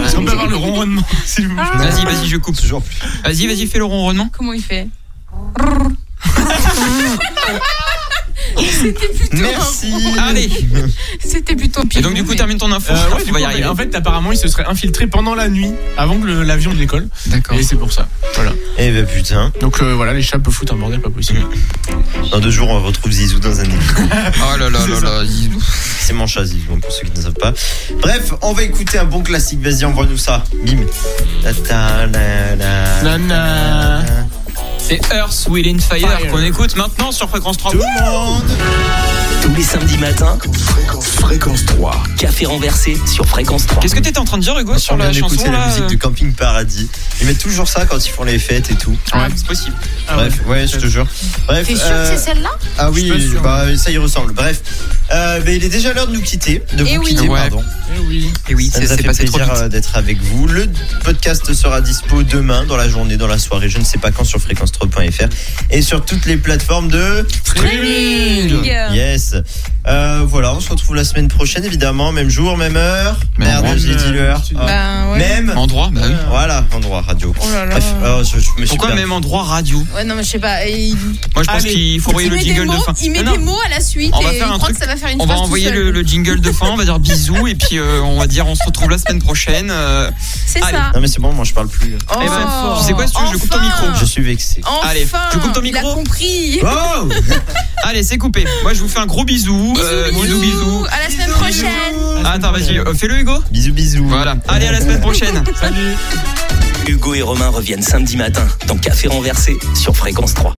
F: Est-ce qu'on peut avoir le ronronnement, s'il vous plaît Euh,
C: Vas-y, vas-y, je coupe.
D: Toujours plus.
C: Vas-y, vas-y, fais le ronronnement.
E: Comment il fait C'était plutôt un-
D: Merci
C: Allez.
E: C'était plutôt pire.
C: Et donc, du coup, termine ton info.
F: Euh, ouais,
C: tu
F: du
C: vas y
F: coup, mais
C: arriver.
F: en fait, apparemment, il se serait infiltré pendant la nuit, avant que le- l'avion de l'école.
C: D'accord.
F: Et c'est pour ça. Voilà.
D: Eh ben putain,
F: Donc euh, voilà, les chats peuvent foutre un bordel pas possible.
D: dans deux jours on retrouve Zizou dans un épisode.
C: Oh là là
F: C'est
C: là là. dis-
D: c'est Manchasi, donc pour ceux qui ne savent pas. Bref, on va écouter un bon classique. Vas-y, envoie-nous ça. Mime. Ta ta la la.
F: Nana.
C: C'est Earth, Within Fire,
F: Fire.
C: qu'on écoute maintenant sur Fréquence 3.
D: Tout le monde.
A: Tous les samedis matins,
B: fréquence, fréquence 3,
A: café renversé sur fréquence 3.
C: Qu'est-ce que t'étais en train de dire, Hugo, sur
D: on vient
C: la
D: d'écouter
C: chanson
D: la
C: là
D: musique
C: euh
D: du Camping Paradis. Ils mettent toujours ça quand ils font les fêtes et tout.
C: Ouais, euh c'est possible.
F: Ah ouais.
D: Bref, ouais, je te jure. Bref,
E: T'es sûr
D: euh,
E: que c'est celle-là
D: ah
F: Je suis
D: oui,
F: pas sûr.
D: bah, ça y ressemble. Bref, Euh, mais il est déjà l'heure de nous quitter. De
E: Eh
D: vous
E: oui.
D: quitter,
C: Ouais.
D: pardon.
F: Eh oui.
C: Et oui,
D: Ça
C: c'est
D: nous a
C: c'est
D: fait
C: passé trop
D: plaisir
C: vite.
D: euh, d'être avec vous. Le podcast sera dispo demain, dans la journée, dans la soirée, je ne sais pas quand, sur fréquence3.fr et sur toutes les plateformes de
E: Streaming.
D: Yes. Euh, voilà, on se retrouve la semaine prochaine, évidemment. Même jour, même heure.
C: Même
D: Merde,
C: endroit.
D: j'ai dit l'heure. Ah.
E: Ben ouais.
D: Même. Euh,
C: Endroit bah oui.
D: Voilà, endroit, radio.
E: Oh là là.
D: Bref, oh, je, je me suis
C: Pourquoi
D: perdu.
C: même endroit radio
E: Ouais, non, mais je sais pas. et il-
C: Moi, je pense
F: Allez.
C: qu'il faut envoyer
E: il
C: le
E: met des
C: jingle
E: mots,
C: de fin.
E: Il met
C: Non,
E: des
C: non,
E: mots à la suite
C: On va
E: et il
C: faire un
E: croit
C: truc.
E: que ça va faire une
C: On va
E: phrase tout
C: envoyer
E: seul.
C: le, le jingle de fin, on va dire bisous et puis euh, on va dire on se retrouve la semaine prochaine. euh.
E: C'est
C: Allez.
E: ça.
D: Non, mais c'est bon, moi je parle plus.
E: Oh,
C: Eh ben, tu sais quoi, si tu veux, je coupe ton micro.
D: Je suis vexé.
E: Enfin,
C: Allez, je coupe ton
E: il a
C: micro.
E: compris.
D: Oh
C: Allez, c'est coupé. Moi, je vous fais un gros bisou. Euh,
E: bisous, bisous. À la semaine prochaine.
D: Oh.
C: Attends, vas-y, euh, fais-le Hugo.
D: Bisous, bisous.
C: Voilà. Allez, à la semaine prochaine.
F: Salut.
A: Hugo et Romain reviennent samedi matin dans Café renversé sur fréquence 3.